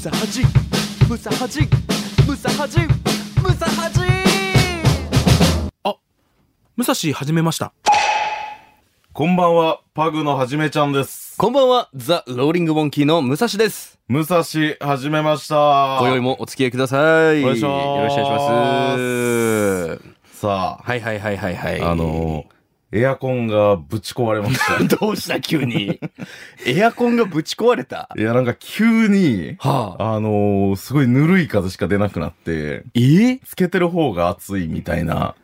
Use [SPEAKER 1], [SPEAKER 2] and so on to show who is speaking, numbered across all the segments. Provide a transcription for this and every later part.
[SPEAKER 1] サハジムサハジムサハジムサハジ
[SPEAKER 2] 武蔵始めました。
[SPEAKER 3] こんばんは、パグのはじめちゃんです。
[SPEAKER 4] こんばんは、ザ・ローリング・モンキーの武蔵です。
[SPEAKER 3] 武蔵、はじめました。
[SPEAKER 4] 今宵もお付き合いください。
[SPEAKER 3] お願いします
[SPEAKER 4] よろしくお願いします。
[SPEAKER 3] さ
[SPEAKER 4] はいはいはいはいはい。
[SPEAKER 3] あ、あのーエアコンがぶち壊れま した。
[SPEAKER 4] どうした急に。 エアコンがぶち壊れた。
[SPEAKER 3] いや、なんか急に、
[SPEAKER 4] はあ。
[SPEAKER 3] あのーすごいぬるい風しか出なくなって、
[SPEAKER 4] え
[SPEAKER 3] つけてる方が暑いみたいな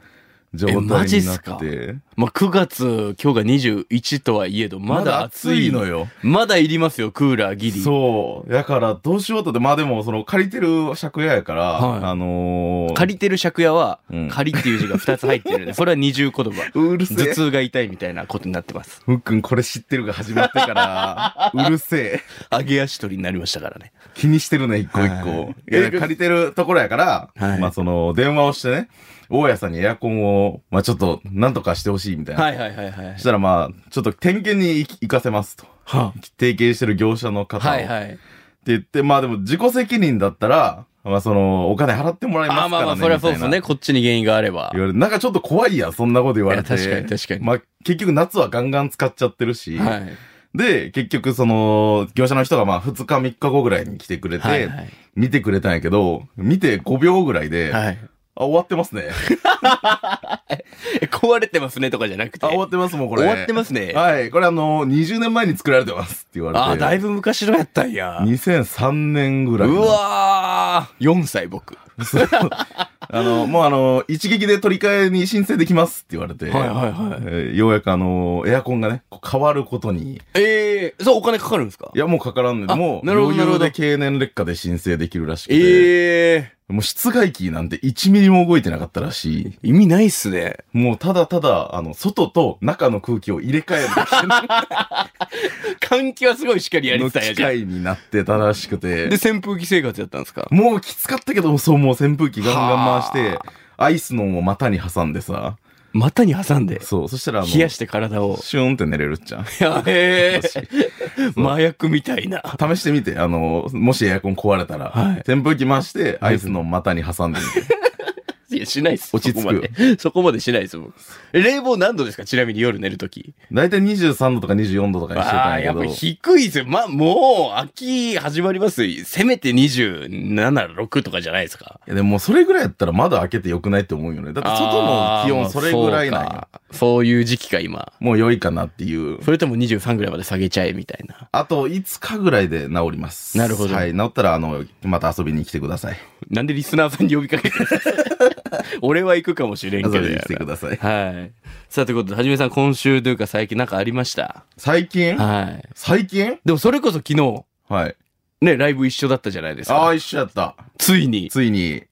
[SPEAKER 3] 状態に
[SPEAKER 4] え
[SPEAKER 3] な
[SPEAKER 4] マ
[SPEAKER 3] っ
[SPEAKER 4] ジっすか
[SPEAKER 3] て。
[SPEAKER 4] まあ、9月、今日が21とはいえど、まだ暑い。
[SPEAKER 3] のよ。
[SPEAKER 4] まだいりますよ、クーラーギリ。
[SPEAKER 3] そう。だから、どうしようとで、まあでも、その、借りてる借家やから、
[SPEAKER 4] はい
[SPEAKER 3] あのー
[SPEAKER 4] 借りてる借家は、
[SPEAKER 3] うん
[SPEAKER 4] 借りっていう字が2つ入って るんで、それは二重言葉。
[SPEAKER 3] うるせ
[SPEAKER 4] 頭
[SPEAKER 3] え。
[SPEAKER 4] 痛が痛いみたいなことになってます。
[SPEAKER 3] ふっくん、これ知ってるが始まってから、うるせえ。
[SPEAKER 4] 上げ足取りになりましたからね。
[SPEAKER 3] 気にしてるね、一個一個。いや、借りてるところやから、
[SPEAKER 4] はい
[SPEAKER 3] まあその、電話をしてね、大家さんにエアコンを、まあちょっと、なんとかしてほしいみたいな。
[SPEAKER 4] はいはいはいはい
[SPEAKER 3] そし。たらまあ、ちょっと点検に行き行かせますと。
[SPEAKER 4] は
[SPEAKER 3] 提携してる業者の
[SPEAKER 4] あ、
[SPEAKER 3] 方を。
[SPEAKER 4] はい
[SPEAKER 3] って
[SPEAKER 4] はい。
[SPEAKER 3] 言って、まあでも自己責任だったら、まあその、お金払ってもらいますから
[SPEAKER 4] あ
[SPEAKER 3] ね。
[SPEAKER 4] まあまあ、そりゃそう
[SPEAKER 3] み
[SPEAKER 4] です
[SPEAKER 3] たいな
[SPEAKER 4] ね。こっちに原因があれば
[SPEAKER 3] 言。われてなんかちょっと怖いやん、そんなこと言われて。
[SPEAKER 4] いや確かに確かに
[SPEAKER 3] まあ結局夏はガンガン使っちゃってるし。
[SPEAKER 4] はい。
[SPEAKER 3] で、結局その、業者の人がまあ2日3日後ぐらいに来てくれて、
[SPEAKER 4] はいはい。
[SPEAKER 3] 見てくれたんやけど、見て5秒ぐらいで、
[SPEAKER 4] はい、
[SPEAKER 3] あ、終わってます ね。
[SPEAKER 4] え壊れてますねとかじゃなくて。
[SPEAKER 3] あ、終わってますもん、これ。
[SPEAKER 4] 終わってますね
[SPEAKER 3] はい。これあの、20年前に作られてますって言われて。
[SPEAKER 4] ああ、だいぶ昔のやったんや。
[SPEAKER 3] 2003年ぐらいの。
[SPEAKER 4] うわー !4 歳僕。
[SPEAKER 3] そうあの、もうあの、一撃で取り替えに申請できますって言われて。
[SPEAKER 4] はいはいはい
[SPEAKER 3] えーようやくあの、エアコンがね、こう変わることに。
[SPEAKER 4] ええそう、お金かかるんですか
[SPEAKER 3] いや、もうかからんね
[SPEAKER 4] あ
[SPEAKER 3] ん。もう、
[SPEAKER 4] なるほど
[SPEAKER 3] 余裕
[SPEAKER 4] なる
[SPEAKER 3] で
[SPEAKER 4] ほ
[SPEAKER 3] 経年劣化で申請できるらしくて。
[SPEAKER 4] ええ
[SPEAKER 3] もう室外機なんて1ミリも動いてなかったらしい。
[SPEAKER 4] 意味ないっすね。
[SPEAKER 3] もうただただ、あの、外と中の空気を入れ替えるだけ
[SPEAKER 4] 換気はすごいしっかり やり
[SPEAKER 3] の
[SPEAKER 4] てたんや
[SPEAKER 3] 機
[SPEAKER 4] じゃん。
[SPEAKER 3] 械になってたらしく
[SPEAKER 4] で、
[SPEAKER 3] て。
[SPEAKER 4] 扇風機生活やったんですか
[SPEAKER 3] もうきつかったけど、そう、もう扇風機ガンガン回して
[SPEAKER 4] は、
[SPEAKER 3] アイスのを股に挟んでさ。
[SPEAKER 4] 股に挟んで、
[SPEAKER 3] そう、そしたらあの、
[SPEAKER 4] 冷やして体を。
[SPEAKER 3] シューンって寝れるっちゃん。
[SPEAKER 4] いや、ええ 麻薬みたいな。
[SPEAKER 3] 試してみて、あの、もしエアコン壊れたら、
[SPEAKER 4] はい
[SPEAKER 3] 扇風機回して、アイスの股に挟んで みて。
[SPEAKER 4] いや、しないっす。
[SPEAKER 3] 落ち着く
[SPEAKER 4] そこまで。そこまでしないです、僕。え冷房何度ですかちなみに夜寝るとき。
[SPEAKER 3] だいたい23度とか24度とかにして
[SPEAKER 4] あ
[SPEAKER 3] た
[SPEAKER 4] あ
[SPEAKER 3] ん
[SPEAKER 4] ー、
[SPEAKER 3] や
[SPEAKER 4] や
[SPEAKER 3] け
[SPEAKER 4] っ
[SPEAKER 3] ど
[SPEAKER 4] ぱ、低いですよ。ま、もう、秋始まりますよ。せめて27、6とかじゃないですか。
[SPEAKER 3] いやでももうそれぐらいやったら窓開けてよくないって思うよね。だって外の気
[SPEAKER 4] あー
[SPEAKER 3] 温それぐらいなん
[SPEAKER 4] そう
[SPEAKER 3] よ
[SPEAKER 4] かそういう時期か、今。
[SPEAKER 3] もう良いかなっていう。
[SPEAKER 4] それとも23ぐらいまで下げちゃえ、みたいな。
[SPEAKER 3] あと5日ぐらいで治ります。
[SPEAKER 4] なるほど
[SPEAKER 3] はい。治ったら、あの、また遊びに来てください。
[SPEAKER 4] なんでリスナーさんに呼びかけてるんですか 俺は行くかもしれんけ
[SPEAKER 3] 遊
[SPEAKER 4] ど
[SPEAKER 3] びに
[SPEAKER 4] や
[SPEAKER 3] 来てく
[SPEAKER 4] な。
[SPEAKER 3] ださい。
[SPEAKER 4] はい。さあ、ということで、はじめさん、今週というか最近なんかありました
[SPEAKER 3] 最近
[SPEAKER 4] はい。
[SPEAKER 3] 最近
[SPEAKER 4] でも、それこそ昨日、
[SPEAKER 3] はい。
[SPEAKER 4] ね、ライブ一緒だったじゃないですか。
[SPEAKER 3] ああ、一緒やった。
[SPEAKER 4] ついに
[SPEAKER 3] ついに、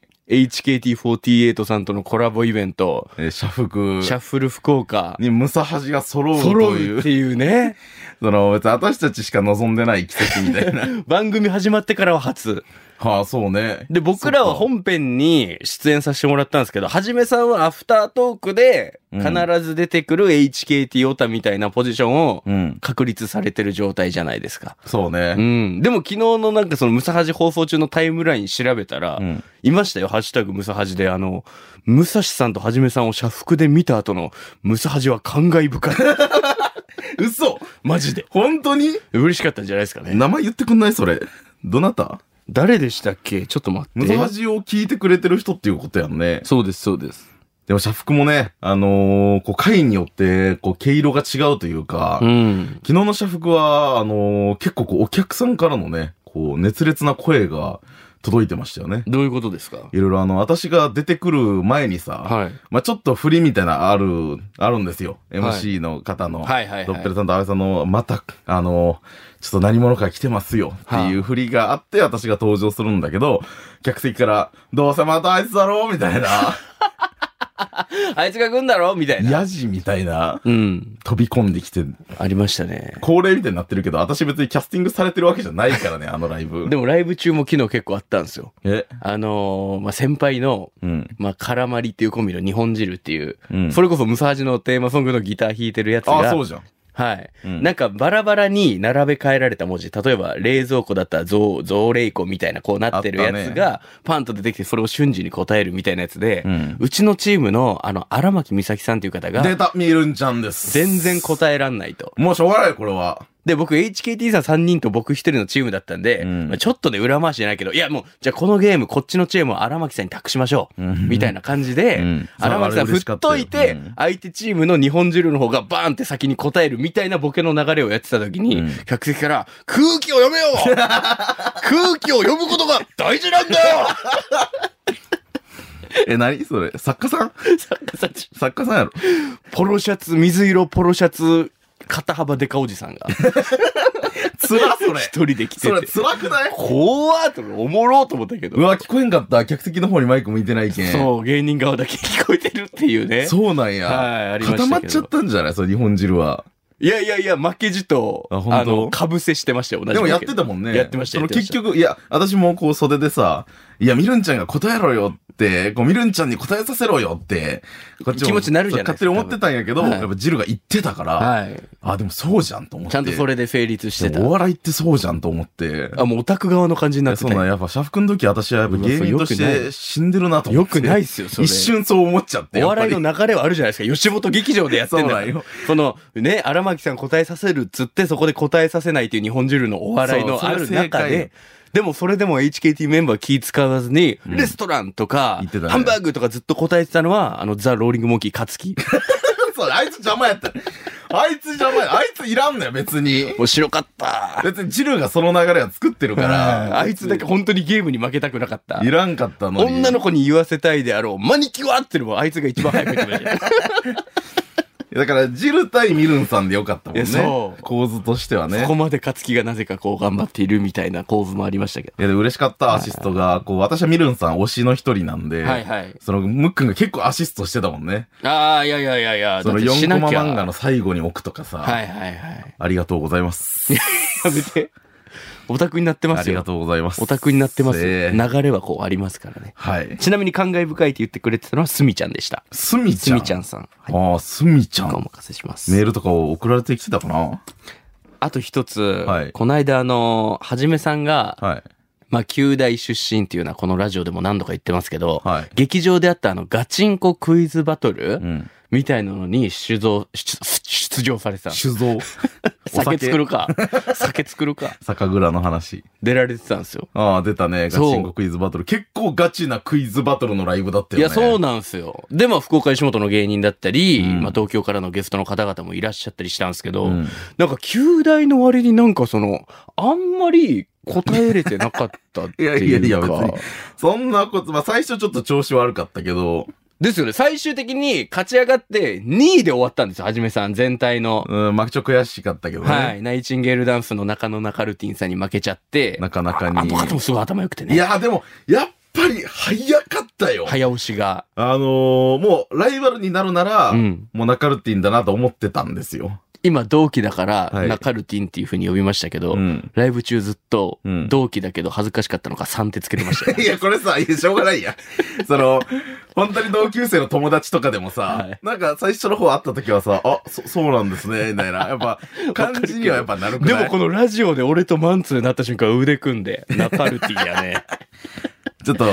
[SPEAKER 4] HKT48 さんとのコラボイベント、
[SPEAKER 3] えー社服
[SPEAKER 4] シャッフル福岡、
[SPEAKER 3] にムサハジが揃うと
[SPEAKER 4] 揃
[SPEAKER 3] いうう、
[SPEAKER 4] っていうね、
[SPEAKER 3] その、別に私たちしか望んでない奇跡みたいな。
[SPEAKER 4] 番組始まってからは初。
[SPEAKER 3] はあ、そうね。
[SPEAKER 4] で、僕らは本編に出演させてもらったんですけど、はじめさんはアフタートーク
[SPEAKER 3] う
[SPEAKER 4] で、
[SPEAKER 3] ん
[SPEAKER 4] 必ず出てくる HKT オタみたいなポジションを
[SPEAKER 3] うん。
[SPEAKER 4] 確立されてる状態じゃないですか。
[SPEAKER 3] そう
[SPEAKER 4] う
[SPEAKER 3] ね。
[SPEAKER 4] ん。でも昨日のなんかそのムサハジ放送中のタイムライン調べたら、
[SPEAKER 3] うん。
[SPEAKER 4] いましたよ、ハッシュタグムサハジで、あの、武蔵さんとはじめさんを社服で見た後の、ムサハジは感慨深い。
[SPEAKER 3] 嘘
[SPEAKER 4] マジで。
[SPEAKER 3] 本当に
[SPEAKER 4] 嬉しかったんじゃないですかね。
[SPEAKER 3] 名前言ってくんないそれ。どなた
[SPEAKER 4] 誰でしたっけちょっと待って。
[SPEAKER 3] ムサハジを聞いてくれてる人っていうことやんね。
[SPEAKER 4] そうです、そうです。
[SPEAKER 3] でも社服もね、あのーこう、回によって、こう、毛色が違うというか、
[SPEAKER 4] うん。
[SPEAKER 3] 昨日の社服は、あのー結構こう、お客さんからのね、こう、熱烈な声が届いてましたよね。
[SPEAKER 4] どういうことですか
[SPEAKER 3] いろいろあの、私が出てくる前にさ、
[SPEAKER 4] はい。
[SPEAKER 3] まあちょっと振りみたいなある、あるんですよ。
[SPEAKER 4] はい
[SPEAKER 3] MC の方の。
[SPEAKER 4] はいはいはい
[SPEAKER 3] ドッペルさんと安倍さんの、また、あの、ちょっと何者か来てますよっていう振りがあって、私が登場するんだけど、客席から、どうせまたあいつだろうみ たいな、
[SPEAKER 4] あいつが来んだろみたいな。
[SPEAKER 3] ヤジみたいな、
[SPEAKER 4] うん。
[SPEAKER 3] 飛び込んできて、
[SPEAKER 4] ありましたね。
[SPEAKER 3] 恒例みたいになってるけど、私別にキャスティングされてるわけじゃないからね、あのライブ。
[SPEAKER 4] でもライブ中も昨日結構あったんですよ。
[SPEAKER 3] え
[SPEAKER 4] あのーまあ、先輩の、
[SPEAKER 3] うん。
[SPEAKER 4] まあ、カラマリっていうコンビの日本汁っていう、
[SPEAKER 3] うん
[SPEAKER 4] それこそムサハジのテーマソングのギター弾いてるやつ
[SPEAKER 3] ああ、
[SPEAKER 4] が
[SPEAKER 3] そう、じゃん。
[SPEAKER 4] はい、
[SPEAKER 3] うん
[SPEAKER 4] なんかバラバラに並べ替えられた文字。例えば冷蔵庫だったら増、増冷庫みたいなこうなってるや
[SPEAKER 3] あっ
[SPEAKER 4] つ
[SPEAKER 3] た
[SPEAKER 4] が、パンと出てきてそれを瞬時に答えるみたいなやつで、
[SPEAKER 3] う
[SPEAKER 4] うんちのチームのあの荒牧美咲さんという方
[SPEAKER 3] 出
[SPEAKER 4] が、
[SPEAKER 3] た、みるんちゃんです。
[SPEAKER 4] 全然答えらんないと。
[SPEAKER 3] もうしょうがないよ、これは。
[SPEAKER 4] で、僕 HKT さん3人と僕1人のチームだったんで、
[SPEAKER 3] うん
[SPEAKER 4] まあちょっとね、裏回しじゃないけど、いやもう、じゃあこのゲームこっちのチームを荒牧さんに託しましょう。
[SPEAKER 3] うん
[SPEAKER 4] みたいな感じで、
[SPEAKER 3] うん
[SPEAKER 4] 荒牧
[SPEAKER 3] そうあれ
[SPEAKER 4] さん
[SPEAKER 3] 嬉
[SPEAKER 4] 振
[SPEAKER 3] しかっ
[SPEAKER 4] った
[SPEAKER 3] よ
[SPEAKER 4] といて、
[SPEAKER 3] うん
[SPEAKER 4] 相手チームの日本汁の方がバーンって先に答えるみたいなボケの流れをやってた時に、
[SPEAKER 3] うん
[SPEAKER 4] 客席から、空気を読 めよ空気を読むことが大事なん だよ
[SPEAKER 3] え、何それ作家さん
[SPEAKER 4] 作家さん
[SPEAKER 3] 作家さんやろ。
[SPEAKER 4] ポロシャツ、水色ポロシャツ、肩幅でかおじさんが、
[SPEAKER 3] つら それ。
[SPEAKER 4] 一人で来て
[SPEAKER 3] それ
[SPEAKER 4] て。
[SPEAKER 3] 辛くない
[SPEAKER 4] 怖ーとおもろーと思ったけど
[SPEAKER 3] う。わ、聞こえんかった。客席の方にマイク向いてないけん。
[SPEAKER 4] そう、芸人側だけ聞こえてるっていうね。
[SPEAKER 3] そうなんや。
[SPEAKER 4] はいありました
[SPEAKER 3] 固
[SPEAKER 4] け
[SPEAKER 3] ま
[SPEAKER 4] ど
[SPEAKER 3] っちゃったんじゃないそれ、日本汁は。
[SPEAKER 4] いやいやいや、負けじと、
[SPEAKER 3] あ本当
[SPEAKER 4] あの、かぶせしてましたよ、同じ
[SPEAKER 3] でもやっ
[SPEAKER 4] 負け
[SPEAKER 3] てたもんね。
[SPEAKER 4] やってました
[SPEAKER 3] その。
[SPEAKER 4] よ
[SPEAKER 3] 結局、いや、私もこう袖でさ、いや、みるんちゃんが答えろよって、こう、みるんちゃんに答えさせろよって、こっも
[SPEAKER 4] 気持ちになるじゃない
[SPEAKER 3] 勝手に思ってたんやけど、
[SPEAKER 4] 多分はい
[SPEAKER 3] やっぱジルが言ってたから、
[SPEAKER 4] はい。
[SPEAKER 3] あ、でもそうじゃんと思って。
[SPEAKER 4] ちゃんとそ
[SPEAKER 3] れ
[SPEAKER 4] れで成立してた。
[SPEAKER 3] お笑いってそうじゃんと思って。
[SPEAKER 4] あ、もうオタク側の感じになって
[SPEAKER 3] そ
[SPEAKER 4] た
[SPEAKER 3] うなんややっぱ、社服の時私はやっぱ芸人とし
[SPEAKER 4] うわそれ良くな
[SPEAKER 3] て死んでるなと思
[SPEAKER 4] よ
[SPEAKER 3] って。
[SPEAKER 4] くないっすよ、それ。
[SPEAKER 3] 一瞬そう思っちゃって。
[SPEAKER 4] お笑い
[SPEAKER 3] やっぱり
[SPEAKER 4] の流れはあるじゃないですか。吉本劇場でやってんだから
[SPEAKER 3] そうなんよ
[SPEAKER 4] その、ね、荒牧さん答えさせるっつって、そこで答えさせないっていう日本汁のお笑い
[SPEAKER 3] そ
[SPEAKER 4] の
[SPEAKER 3] う
[SPEAKER 4] ある
[SPEAKER 3] それ正
[SPEAKER 4] 中
[SPEAKER 3] 解
[SPEAKER 4] で、でもそれでも HKT メンバー気使わずに、レストランとか
[SPEAKER 3] 言ってた、ね
[SPEAKER 4] ハンバーグとかずっと答えてたのは、あの、ザ・ローリング・モンキー・勝木。
[SPEAKER 3] そうあいつ邪魔やった。あいつ邪魔や。あいついらんのよ、別に。
[SPEAKER 4] 面白かった。
[SPEAKER 3] 別にジルがその流れは作ってるから。
[SPEAKER 4] あいつだけ本当にゲームに負けたくなかった。
[SPEAKER 3] いらんかったのに。
[SPEAKER 4] 女の子に言わせたいであろう、マニキュアってのもあいつが一番早く言ってましたよ。
[SPEAKER 3] だから、ジル対ミルンさんでよかったもんね。
[SPEAKER 4] いやそう
[SPEAKER 3] 構図としてはね。
[SPEAKER 4] そこまで勝木がなぜかこう頑張っているみたいな構図もありましたけど。
[SPEAKER 3] いや、で嬉しかった、アシストが。こう、私はミルンさん推しの一人なんで。
[SPEAKER 4] はいはい
[SPEAKER 3] その、ムックンが結構アシストしてたもんね。
[SPEAKER 4] ああ、いやいやいやいや、
[SPEAKER 3] その
[SPEAKER 4] だってし
[SPEAKER 3] 4
[SPEAKER 4] な
[SPEAKER 3] コ
[SPEAKER 4] きゃ
[SPEAKER 3] マ漫画の最後に置くとかさ。
[SPEAKER 4] はいはいはい。
[SPEAKER 3] ありがとうござい ます。
[SPEAKER 4] やめて。オタクになってま
[SPEAKER 3] あ
[SPEAKER 4] す
[SPEAKER 3] りが
[SPEAKER 4] よ。
[SPEAKER 3] とうございます。
[SPEAKER 4] オタクになってます
[SPEAKER 3] せ
[SPEAKER 4] よ。
[SPEAKER 3] ー
[SPEAKER 4] 流れはこうありますからね。
[SPEAKER 3] はい。
[SPEAKER 4] ちなみに感慨深いって言ってくれてたのはスミちゃんでした。
[SPEAKER 3] すみ
[SPEAKER 4] ス
[SPEAKER 3] ちゃん。
[SPEAKER 4] ミちゃんさん。はい。
[SPEAKER 3] ああ、すみちゃ
[SPEAKER 4] お
[SPEAKER 3] ん。
[SPEAKER 4] 任せします。
[SPEAKER 3] メールとかを送られてきてたかな
[SPEAKER 4] あと一つ、
[SPEAKER 3] はい
[SPEAKER 4] この間あの、はじめさんが、
[SPEAKER 3] はい。
[SPEAKER 4] まあ、旧大出身っていうのはこのラジオでも何度か言ってますけど、
[SPEAKER 3] はい
[SPEAKER 4] 劇場であったあのガチンコクイズバトル
[SPEAKER 3] ん
[SPEAKER 4] みたいなのに出場、出出場されてたの。
[SPEAKER 3] 酒造。
[SPEAKER 4] 酒作 るか。酒作るか。
[SPEAKER 3] 酒蔵の話。
[SPEAKER 4] 出られてたんですよ。
[SPEAKER 3] ああ、出たね。ガ
[SPEAKER 4] そう
[SPEAKER 3] チンコクイズバトル。結構ガチなクイズバトルのライブだった
[SPEAKER 4] い
[SPEAKER 3] よ
[SPEAKER 4] や、
[SPEAKER 3] ね。
[SPEAKER 4] そうなんですよ。で、まあ、福岡吉本の芸人だったり、
[SPEAKER 3] ん
[SPEAKER 4] まあ、東京からのゲストの方々もいらっしゃったりしたんですけど、
[SPEAKER 3] うん
[SPEAKER 4] なんか、旧大の割になんかその、あんまり答えれてなかったって
[SPEAKER 3] い
[SPEAKER 4] いう
[SPEAKER 3] や
[SPEAKER 4] か。
[SPEAKER 3] いやいや、別に。そんなこと、まあ最初ちょっと調子悪かったけど、
[SPEAKER 4] ですよね。最終的に勝ち上がって2位で終わったんですよ。はじめさん全体の。
[SPEAKER 3] うん、まあちょっと悔しかったけどね。
[SPEAKER 4] はい。ナイチンゲールダンスの中野中ルティンさんに負けちゃって。
[SPEAKER 3] なかなか
[SPEAKER 4] あ
[SPEAKER 3] に
[SPEAKER 4] の。方もすごい頭良くてね。
[SPEAKER 3] いや、でも、やっぱり早かったよ。
[SPEAKER 4] 早押しが。
[SPEAKER 3] あのーもう、ライバルになるなら、
[SPEAKER 4] うん
[SPEAKER 3] もうナカルティンだなと思ってたんですよ。
[SPEAKER 4] 今同期だから、
[SPEAKER 3] はい
[SPEAKER 4] 中ルティンっていう風に呼びましたけど、
[SPEAKER 3] うん
[SPEAKER 4] ライブ中ずっと
[SPEAKER 3] うん
[SPEAKER 4] 同期だけど恥ずかしかったのか3ってつけてましたよ、
[SPEAKER 3] いや、これさ、いやしょうがないや。その、本当に同級生の友達とかでもさ、
[SPEAKER 4] はい
[SPEAKER 3] なんか最初の方会った時はさ、あ、そ、そうなんですね、みたいな。やっ ぱ、感じにはやっぱなるく
[SPEAKER 4] で
[SPEAKER 3] らい
[SPEAKER 4] もこのラジオで俺とマンツーになった瞬間腕組ん で、中ルティンやね。
[SPEAKER 3] ちょっと、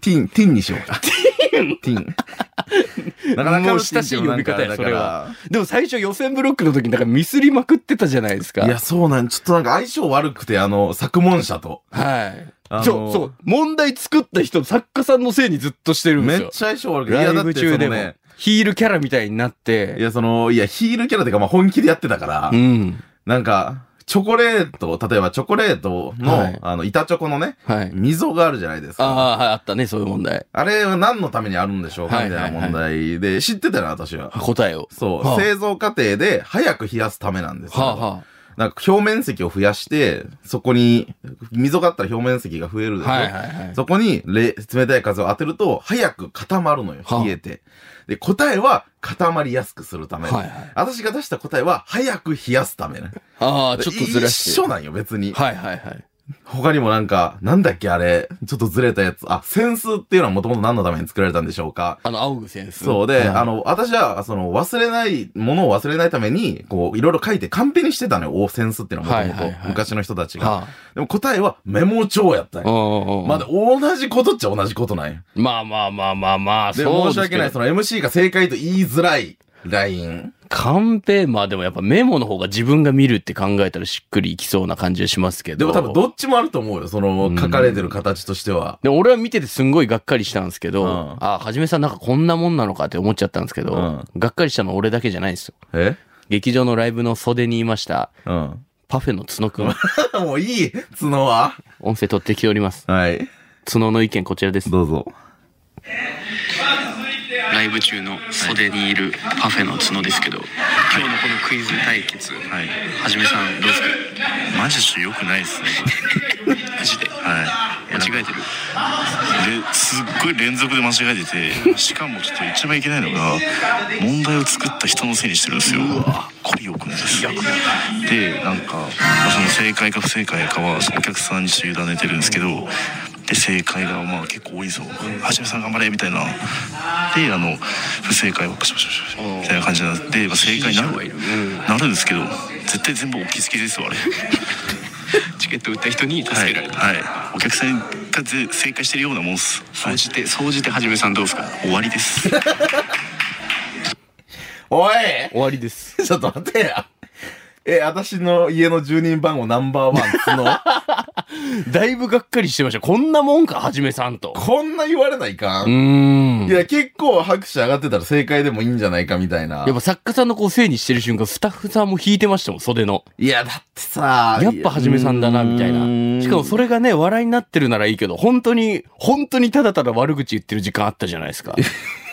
[SPEAKER 3] ティン、ティンにしようか。ティンティン。なかなか
[SPEAKER 4] もう親しい呼び方や、それは
[SPEAKER 3] だか。
[SPEAKER 4] でも最初予選ブロックの時になんかミスりまくってたじゃないです
[SPEAKER 3] ら。
[SPEAKER 4] か。
[SPEAKER 3] いや、そうなん、ちょっとなんか相性悪くて、あの、作文者と。
[SPEAKER 4] はい。
[SPEAKER 3] あの
[SPEAKER 4] そう、そう。問題作った人、作家さんのせいにずっとしてるんで
[SPEAKER 3] めっ
[SPEAKER 4] す
[SPEAKER 3] ちゃ相
[SPEAKER 4] よ。
[SPEAKER 3] 性悪くて。い
[SPEAKER 4] ラ
[SPEAKER 3] や、
[SPEAKER 4] イ
[SPEAKER 3] だって
[SPEAKER 4] ブ中
[SPEAKER 3] そ
[SPEAKER 4] で
[SPEAKER 3] の
[SPEAKER 4] も
[SPEAKER 3] ね、。
[SPEAKER 4] ヒールキャラみたいになっ
[SPEAKER 3] い
[SPEAKER 4] て。
[SPEAKER 3] や、その、いや、ヒールキャラっていうか、まあ、本気でやってたから
[SPEAKER 4] う、ん。
[SPEAKER 3] なんか、チョコレート、例えばチョコレート
[SPEAKER 4] は
[SPEAKER 3] の
[SPEAKER 4] い、
[SPEAKER 3] あの、板チョコのね、
[SPEAKER 4] はい。
[SPEAKER 3] 溝があるじゃないです
[SPEAKER 4] あ
[SPEAKER 3] か。
[SPEAKER 4] あ、はい、あったね、そういう問題。
[SPEAKER 3] あれは何のためにあるんでしょうか
[SPEAKER 4] はい
[SPEAKER 3] みたいな問題で、知ってたよな、私は。
[SPEAKER 4] 答えを。
[SPEAKER 3] そう
[SPEAKER 4] は、あ
[SPEAKER 3] 製造過程で早く冷やすためなんです
[SPEAKER 4] はあ、
[SPEAKER 3] よ。
[SPEAKER 4] は
[SPEAKER 3] なんか表面積を増やして、そこに、溝があったら表面積が増えるでし
[SPEAKER 4] あ、
[SPEAKER 3] ょ、
[SPEAKER 4] はいはいはい。
[SPEAKER 3] そこに冷冷たい風を当てると、早く固まるのよ、
[SPEAKER 4] はあ
[SPEAKER 3] 冷えて。で、答えは固まりやすくするため。
[SPEAKER 4] はいはい
[SPEAKER 3] 私が出した答えは、早く冷やすためね。
[SPEAKER 4] ああ、ちょっとずらして。
[SPEAKER 3] 一緒なんよ、別に。
[SPEAKER 4] はいはいはい。
[SPEAKER 3] 他にもなんか、なんだっけあれ、ちょっとずれたやつ。あ、扇子っていうのはもともと何のために作られたんでしょうか
[SPEAKER 4] あの、仰ぐセンス。
[SPEAKER 3] そうで、
[SPEAKER 4] はい
[SPEAKER 3] あの、私は、その、忘れない、ものを忘れないために、こう、いろいろ書いて、カンペにしてたのよ、オーセンスっていうのはもと
[SPEAKER 4] はい
[SPEAKER 3] もと
[SPEAKER 4] はいは、い
[SPEAKER 3] 昔の人たちが。
[SPEAKER 4] は
[SPEAKER 3] でも答えは、メモ帳やったん
[SPEAKER 4] あ、う
[SPEAKER 3] よ。
[SPEAKER 4] んうんうん
[SPEAKER 3] まあ、で同じことっちゃ同じことない。
[SPEAKER 4] まあまあまあまあまあ、
[SPEAKER 3] で、申
[SPEAKER 4] そうです
[SPEAKER 3] し訳ない、
[SPEAKER 4] けど
[SPEAKER 3] その MC が正解と言いづらいライン。
[SPEAKER 4] カンペ、まあでもやっぱメモの方が自分が見るって考えたらしっくりいきそうな感じはしますけ
[SPEAKER 3] で
[SPEAKER 4] ど。
[SPEAKER 3] も多分どっちもあると思うよ、その、書かれてる形としては。
[SPEAKER 4] でも俺は見ててすんごいがっかりしたんですけど、
[SPEAKER 3] うん
[SPEAKER 4] あ、はじめさんなんかこんなもんなのかって思っちゃったんですけど、
[SPEAKER 3] うん
[SPEAKER 4] がっかりしたの俺だけじゃないですよ。
[SPEAKER 3] え
[SPEAKER 4] 劇場のライブの袖にいました、
[SPEAKER 3] うん。
[SPEAKER 4] パフェの角くん、
[SPEAKER 3] もういい、角は。
[SPEAKER 4] 音声取ってきております。
[SPEAKER 3] はい。
[SPEAKER 4] 角の意見こちらです。
[SPEAKER 3] どうぞ。
[SPEAKER 5] ライブ中の袖にいるパフェの角ですけど、今日のこのクイズ対決、はい、はじめさんどうですか
[SPEAKER 6] マジちょっと良くない ですねこ
[SPEAKER 5] マジで
[SPEAKER 6] れはい
[SPEAKER 5] 間違えてる
[SPEAKER 6] ですっごい連続で間違えててしかもちょっと一番いけないのが問題を作った人のせいにしてるんですよこれ良くないですでなんかまあその正解か不正解かはお客さんに委ねてるんですけどで正解がまあ結構多いぞ「はじめさん頑張れ」みたいなであの不正解はパシャパシャパシャみたいな感じになって、まあ、正解にな
[SPEAKER 5] がい
[SPEAKER 6] る
[SPEAKER 5] る
[SPEAKER 6] なるんですけど絶対全部お気づきですよあれ。
[SPEAKER 5] チケット売った人に助けられた、
[SPEAKER 6] はい、はい、お客さんがぜ正解してるようなもんっす
[SPEAKER 5] 総じて総じてはじめさんどうですか
[SPEAKER 6] 終わりです
[SPEAKER 3] おい
[SPEAKER 4] 終わりです。
[SPEAKER 3] ちょっと待ってや。え、私の家の住人番号ナンバーワンの
[SPEAKER 4] だいぶがっかりしてました。こんなもんか、はじめさんと。
[SPEAKER 3] こんな言われないか
[SPEAKER 4] うーん。
[SPEAKER 3] いや、結構拍手上がってたら正解でもいいんじゃないかみたいな。
[SPEAKER 4] やっぱ作家さんのこうせいにしてる瞬間、スタッフさんも引いてましたもん、袖の。
[SPEAKER 3] いや、だってさ
[SPEAKER 4] やっぱはじめさんだな、みたいな。しかもそれがね、笑いになってるならいいけど、本当に、本当にただただ悪口言ってる時間あったじゃないですか。
[SPEAKER 3] れ。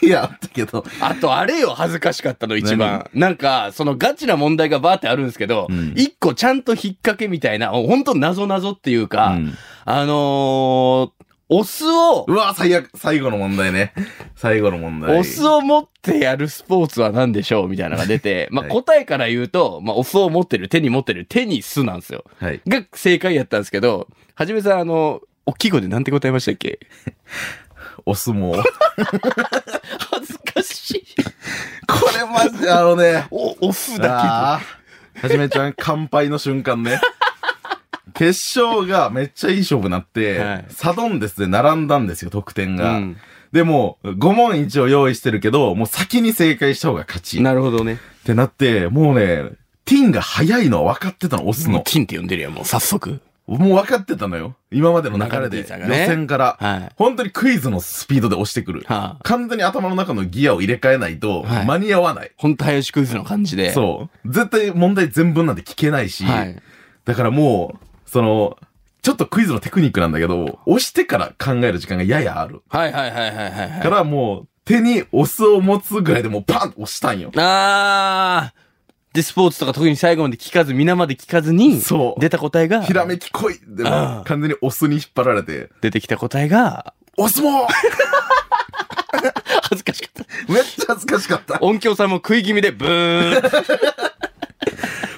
[SPEAKER 3] いや、あったけど。
[SPEAKER 4] あと、あれよ、恥ずかしかったの、一番。なんか、そのガチな問題がバーってあるんですけど
[SPEAKER 3] ん、
[SPEAKER 4] 一、個ちゃんと引っ掛けみたいな、本当謎謎っていうか、
[SPEAKER 3] うん
[SPEAKER 4] あのー、お酢を
[SPEAKER 3] う、わ、最悪。最後の問題ね。最後の問題。
[SPEAKER 4] お酢を持ってやるスポーツは何でしょうみたいなのが出て、ま あ
[SPEAKER 3] はい
[SPEAKER 4] 答えから言うと、まあお酢を持ってる、手に持ってる、手に酢なんですよ。
[SPEAKER 3] はい。
[SPEAKER 4] が正解やったんですけど、はじめさん、あの、大きい声でなんて答えましたっけ
[SPEAKER 3] お相撲。 こ
[SPEAKER 4] 恥ずかしい。
[SPEAKER 3] れマジであのね。
[SPEAKER 4] お、お酢だ
[SPEAKER 3] あーはじめちゃん、乾杯の瞬間 ね。決勝がめっちゃいい勝負になって、
[SPEAKER 4] はい
[SPEAKER 3] サドンデスで並んだんですよ、得点
[SPEAKER 4] けど。
[SPEAKER 3] が。でも、5問一応用意してるけど、もう先に正解した方が勝ち。っ
[SPEAKER 4] なるほどね。
[SPEAKER 3] てなって、もうね、ティンが早いのは分かってたの、押す
[SPEAKER 4] もう
[SPEAKER 3] の。
[SPEAKER 4] 金って呼んでるよ、もう早速。
[SPEAKER 3] もう分かってたのよ。今までの流れで。
[SPEAKER 4] 中野 T さんが
[SPEAKER 3] 予
[SPEAKER 4] ね
[SPEAKER 3] 選から、
[SPEAKER 4] はい
[SPEAKER 3] 本当にクイズのスピードで押してくる。
[SPEAKER 4] はあ、
[SPEAKER 3] 完全に頭の中のギアを入れ替えないと、
[SPEAKER 4] はい
[SPEAKER 3] 間に合わない。
[SPEAKER 4] ほんと早押しクイズの感じで。
[SPEAKER 3] そう。絶対問題全文なんて聞けないし、
[SPEAKER 4] はい。
[SPEAKER 3] だからもう、その、ちょっとクイズのテクニックなんだけど、押してから考える時間がややある。
[SPEAKER 4] はいはいはいはいはいはい。
[SPEAKER 3] からもう、手にお酢を持つぐらいでもうパンと押したんよ。
[SPEAKER 4] あー。で、スポーツとか特に最後まで聞かず、皆まで聞かずに、
[SPEAKER 3] そう
[SPEAKER 4] 出た答えが、
[SPEAKER 3] ひらめき来いでもう
[SPEAKER 4] あー
[SPEAKER 3] 完全にお酢に引っ張られて、
[SPEAKER 4] 出てきた答え が、
[SPEAKER 3] お酢も
[SPEAKER 4] 恥ずかしかっ
[SPEAKER 3] めっちゃ恥ずかしかった
[SPEAKER 4] た。。音響さんも食い気味で、ブーン。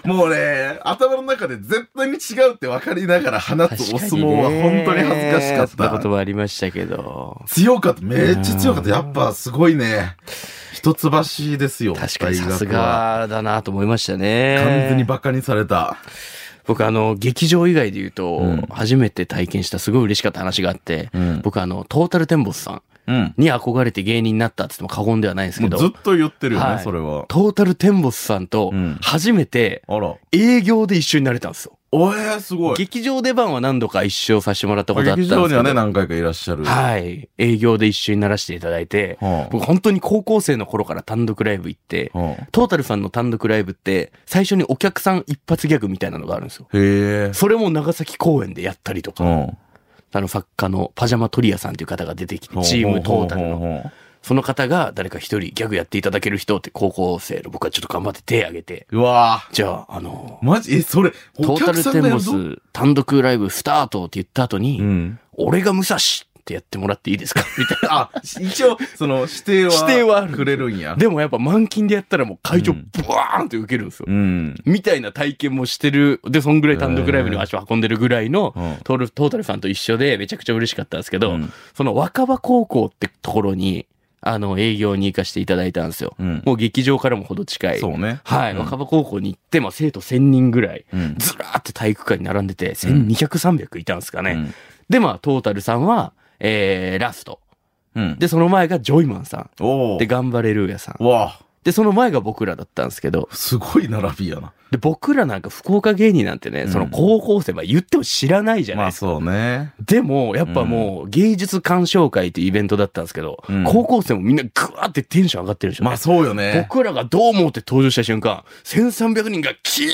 [SPEAKER 3] もうね、頭の中で絶対に違うって分かりながら放つお相撲は本当に恥ずかしか
[SPEAKER 4] そんな
[SPEAKER 3] った。
[SPEAKER 4] ことはありましたけど。
[SPEAKER 3] 強かった。めっちゃ強かった。やっぱすごいね。一橋ですよ。
[SPEAKER 4] 確かに
[SPEAKER 3] 大
[SPEAKER 4] さ
[SPEAKER 3] 学
[SPEAKER 4] す
[SPEAKER 3] は。
[SPEAKER 4] がだなと思いましたね。
[SPEAKER 3] 完全にバカにされた。
[SPEAKER 4] 僕あの、劇場以外で言うと、
[SPEAKER 3] うん
[SPEAKER 4] 初めて体験したすごい嬉しかった話があって、
[SPEAKER 3] うん
[SPEAKER 4] 僕あの、トータルテンボスさん
[SPEAKER 3] うん。
[SPEAKER 4] に憧れて芸人になったって言っても過言ではないんです
[SPEAKER 3] も
[SPEAKER 4] け
[SPEAKER 3] う
[SPEAKER 4] ど、
[SPEAKER 3] ずっと言ってるよね、
[SPEAKER 4] はい
[SPEAKER 3] それは。
[SPEAKER 4] トータルテンボスさんと
[SPEAKER 3] うん
[SPEAKER 4] 初めて
[SPEAKER 3] あら。
[SPEAKER 4] 営業で一緒になれたんですよ。
[SPEAKER 3] おえー、すごい。
[SPEAKER 4] 劇場出番は何度か一緒させてもらったことあったんで
[SPEAKER 3] 劇
[SPEAKER 4] すけど、
[SPEAKER 3] 場にはね、何回かいらっしゃる。
[SPEAKER 4] はい。営業で一緒にならせていただいて、
[SPEAKER 3] はあ
[SPEAKER 4] 僕本当に高校生の頃から単独ライブ行って、
[SPEAKER 3] はあ
[SPEAKER 4] トータルさんの単独ライブって、最初にお客さん一発ギャグみたいなのがあるんですよ。
[SPEAKER 3] へえ。
[SPEAKER 4] それも長崎公演でやったりと
[SPEAKER 3] う
[SPEAKER 4] か、
[SPEAKER 3] ん。
[SPEAKER 4] あの作家のパジャマトリアさんという方が出てきて、チームトータルの。
[SPEAKER 3] の。
[SPEAKER 4] その方が誰か一人ギャグやっていただける人って高校生の僕はちょっと頑張って手挙げて、
[SPEAKER 3] うわ
[SPEAKER 4] じゃあ、あの
[SPEAKER 3] ぁ。、マジえ、それ、
[SPEAKER 4] ト
[SPEAKER 3] お
[SPEAKER 4] ータ
[SPEAKER 3] 客
[SPEAKER 4] ル
[SPEAKER 3] さ
[SPEAKER 4] テ
[SPEAKER 3] んが
[SPEAKER 4] ン
[SPEAKER 3] や
[SPEAKER 4] ボ
[SPEAKER 3] るぞ。
[SPEAKER 4] ス単独ライブスタートって言った後に、
[SPEAKER 3] うん。
[SPEAKER 4] 俺が武蔵ってやってもらっていいですか みたいな。
[SPEAKER 3] あ、一応、その、指定は。
[SPEAKER 4] 指定はある
[SPEAKER 3] くれるんや。
[SPEAKER 4] でもやっぱ満勤でやったらもう会場
[SPEAKER 3] うん
[SPEAKER 4] ブワーンって受けるんですよ。
[SPEAKER 3] うん。
[SPEAKER 4] みたいな体験もしてる。で、そんぐらい単独ライブに足を運んでるぐらいの
[SPEAKER 3] うん、
[SPEAKER 4] トールトータルさんと一緒でめちゃくちゃ嬉しかったんですけど、
[SPEAKER 3] うん
[SPEAKER 4] その若葉高校ってところに、あの、営業に行かせていただいたんですよ。
[SPEAKER 3] うん
[SPEAKER 4] もう劇場からもほど近い。
[SPEAKER 3] そうね。
[SPEAKER 4] はい。
[SPEAKER 3] うん
[SPEAKER 4] 若葉高校に行って、まあ生徒1000人ぐらい、
[SPEAKER 3] うん
[SPEAKER 4] ずらーって体育館に並んでて、1200、300いたんですかね。で、まあトータルさんは、えー、ラスト。
[SPEAKER 3] うん。うん。
[SPEAKER 4] で、その前がジョイマンさん。
[SPEAKER 3] おお。
[SPEAKER 4] で、頑張れルーヤさん。
[SPEAKER 3] わあ、
[SPEAKER 4] で、その前が僕らだったんですけど、
[SPEAKER 3] すごい並びやな。
[SPEAKER 4] で、僕らなんか福岡芸人なんてね、
[SPEAKER 3] ん
[SPEAKER 4] その高校生は言っても知らないじゃな
[SPEAKER 3] ま
[SPEAKER 4] いで
[SPEAKER 3] あ
[SPEAKER 4] すか。
[SPEAKER 3] そうね。
[SPEAKER 4] でも、やっぱもう芸術鑑賞会というイベントだったんですけど、
[SPEAKER 3] うん
[SPEAKER 4] 高校生もみんなグワーってテンション上がってるでしょ、
[SPEAKER 3] まあそうよね。
[SPEAKER 4] 僕らがどう思うって登場した瞬間、1300人がキヤ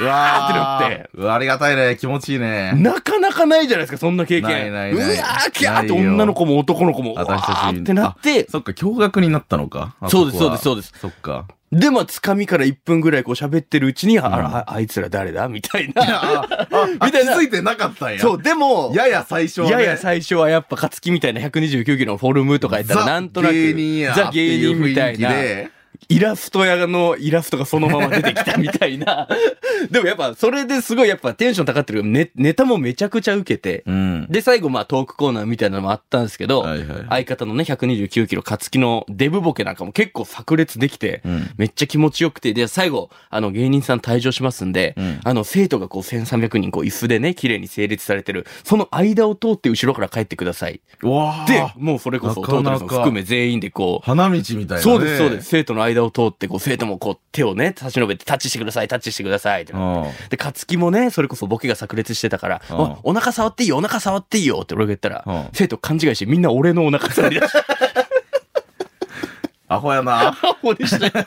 [SPEAKER 3] うわ
[SPEAKER 4] ーってなって
[SPEAKER 3] うわありがたいね。気持ちいいね
[SPEAKER 4] ー。なかなかないじゃないですか、そんな経験。
[SPEAKER 3] ないないないう
[SPEAKER 4] わーキャーって
[SPEAKER 3] ないよ
[SPEAKER 4] 女の子も男の子も、わ
[SPEAKER 3] 私たち
[SPEAKER 4] ーってなって、
[SPEAKER 3] そっか、驚愕になったのか。あ
[SPEAKER 4] そうです
[SPEAKER 3] こは
[SPEAKER 4] そうです
[SPEAKER 3] そっ か。
[SPEAKER 4] で、まあ、つかみから1分ぐらいこう喋ってるうちに、あ
[SPEAKER 3] うん
[SPEAKER 4] ら、ああいつら誰だみたいな。
[SPEAKER 3] あ、ああ
[SPEAKER 4] みたいな
[SPEAKER 3] 気づいてなかったんや。
[SPEAKER 4] そう、でも、
[SPEAKER 3] やや最初はね。
[SPEAKER 4] やや最初はやっぱ、勝木みたいな129キロのフォルムとかやったら、なんとなく、
[SPEAKER 3] ザ芸人や。
[SPEAKER 4] ザ芸人みたいな
[SPEAKER 3] って、う雰囲気で
[SPEAKER 4] イラスト屋のイラストがそのまま出てきたみたい な。でもやっぱ、それですごいやっぱテンション高かってるネネタもめちゃくちゃ受けて、
[SPEAKER 3] うん。
[SPEAKER 4] で、最後まあトークコーナーみたいなのもあったんですけど、
[SPEAKER 3] はいはい
[SPEAKER 4] 相方のね、129キロ、勝木のデブボケなんかも結構炸裂できて、
[SPEAKER 3] うん
[SPEAKER 4] めっちゃ気持ちよくて、で、最後、あの、芸人さん退場しますんで、
[SPEAKER 3] うん
[SPEAKER 4] あの、生徒がこう、1300人、こう、椅子でね、綺麗に整列されてる、その間を通って後ろから帰ってください。
[SPEAKER 3] うわあ
[SPEAKER 4] で、もうそれこそ、
[SPEAKER 3] な
[SPEAKER 4] ト
[SPEAKER 3] かな
[SPEAKER 4] ー
[SPEAKER 3] か
[SPEAKER 4] タルさん含め全員でこう、
[SPEAKER 3] 花道みたいなね。
[SPEAKER 4] そうです、そうです。。生徒の間を通って、こう、生徒もこう、手をね、差し伸べて、タッチしてください、タッチしてください、ってなって
[SPEAKER 3] あ
[SPEAKER 4] で、勝木もね、それこそボケが炸裂してたから、
[SPEAKER 3] うん
[SPEAKER 4] おお腹触っていいよ、お腹触っていいよって俺が言ったら、
[SPEAKER 3] うん
[SPEAKER 4] 生徒勘違いしてみんな俺のお腹 触り出して、
[SPEAKER 3] アホやな。
[SPEAKER 4] こうでしたよ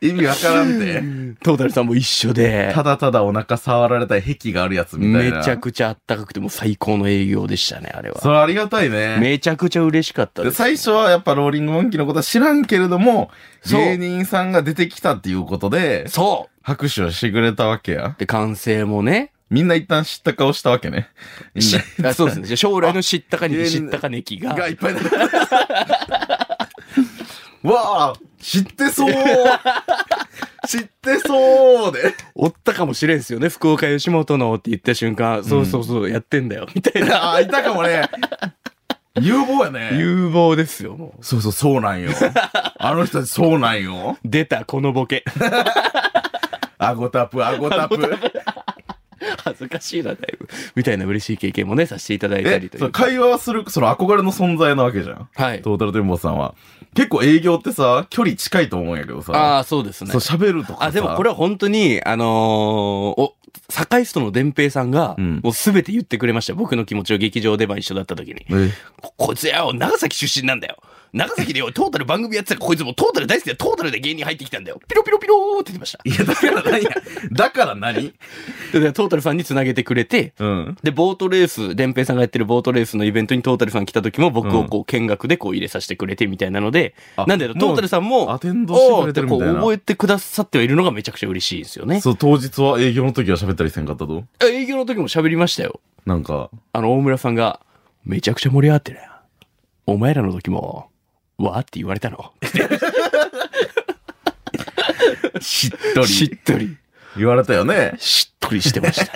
[SPEAKER 3] 意味わからんて。
[SPEAKER 4] トータルさんも一緒で、
[SPEAKER 3] ただただお腹触られたい癖があるやつみたい
[SPEAKER 4] め
[SPEAKER 3] な。
[SPEAKER 4] ちゃくちゃあったかくてもう最高の営業でしたね、あれ
[SPEAKER 3] そ
[SPEAKER 4] は。
[SPEAKER 3] れありがたいね。
[SPEAKER 4] めちゃくちゃ嬉しかった
[SPEAKER 3] で
[SPEAKER 4] です。
[SPEAKER 3] 最初はやっぱローリングモンキーのことは知らんけれども、
[SPEAKER 4] そう
[SPEAKER 3] 芸人さんが出てきたっていうことで、
[SPEAKER 4] そ
[SPEAKER 3] 拍手をしてくれたわけや
[SPEAKER 4] う。。で、完成もね、
[SPEAKER 3] みんな一旦知った顔したわけね。みん
[SPEAKER 4] し
[SPEAKER 3] な
[SPEAKER 4] あそうですね。じゃあ将来の知ったか
[SPEAKER 3] あ
[SPEAKER 4] に、
[SPEAKER 3] 芸
[SPEAKER 4] 知
[SPEAKER 3] 人
[SPEAKER 4] ったかねき
[SPEAKER 3] が
[SPEAKER 4] が
[SPEAKER 3] い、っぱい出てくるわあ、知って そう知ってそうで。
[SPEAKER 4] おったかもしれんすよね。福岡吉本のって言った瞬間、そうそうそう、やってん だよ、みたいな。
[SPEAKER 3] あ、いたかもね。有望やね。
[SPEAKER 4] 有望ですよ、もう。
[SPEAKER 3] そうそう、そうなんよ。あの人たちそうなんよ。
[SPEAKER 4] 出た、このボケ。
[SPEAKER 3] アゴタップ、アゴタップ。
[SPEAKER 4] 恥ずかしいな、だいぶ。みたいな嬉しい経験もね、させていただいたり
[SPEAKER 3] え
[SPEAKER 4] と、い
[SPEAKER 3] そう
[SPEAKER 4] う。
[SPEAKER 3] 会話はする、その憧れの存在なわけじゃん。
[SPEAKER 4] はい。
[SPEAKER 3] トータルテンボスさんは。結構営業ってさ、距離近いと思うんやけど
[SPEAKER 4] あ
[SPEAKER 3] さ。
[SPEAKER 4] あ、そうですね
[SPEAKER 3] そう、。喋るとかさ。
[SPEAKER 4] あ、でもこれは本当に、あのーお、堺ストの伝平さんが、
[SPEAKER 3] うん
[SPEAKER 4] もうすべて言ってくれましたよ。僕の気持ちを劇場でまあ一緒だった時に。
[SPEAKER 3] え
[SPEAKER 4] ここいつや、長崎出身なんだよ。長崎でよ、トータル番組やってたからこいつもうトータル大好きだトータルで芸人入ってきたんだよ。ピロピロピローって言ってました。
[SPEAKER 3] いや、だから何や。だから何
[SPEAKER 4] で、トータルさんに繋げてくれて、
[SPEAKER 3] うん。
[SPEAKER 4] で、ボートレース、伝平さんがやってるボートレースのイベントにトータルさん来た時も僕をこう見学でこう入れさせてくれてみたいなので、
[SPEAKER 3] あ
[SPEAKER 4] なんでト
[SPEAKER 3] もう
[SPEAKER 4] ータルさんも、
[SPEAKER 3] アテンドしてくれてるみたいな
[SPEAKER 4] おーってこう覚えてくださってはいるのがめちゃくちゃ嬉しいですよね。
[SPEAKER 3] そう、当日は営業の時は喋ったりせんかったと
[SPEAKER 4] 営業の時も喋りましたよ。
[SPEAKER 3] なんか、
[SPEAKER 4] あの、大村さんが、めちゃくちゃ盛り上がってるやん。お前らの時も、わーって言われたの。
[SPEAKER 3] しっと
[SPEAKER 4] し
[SPEAKER 3] り
[SPEAKER 4] っとり、
[SPEAKER 3] 言われたよね。
[SPEAKER 4] しっとりしてました。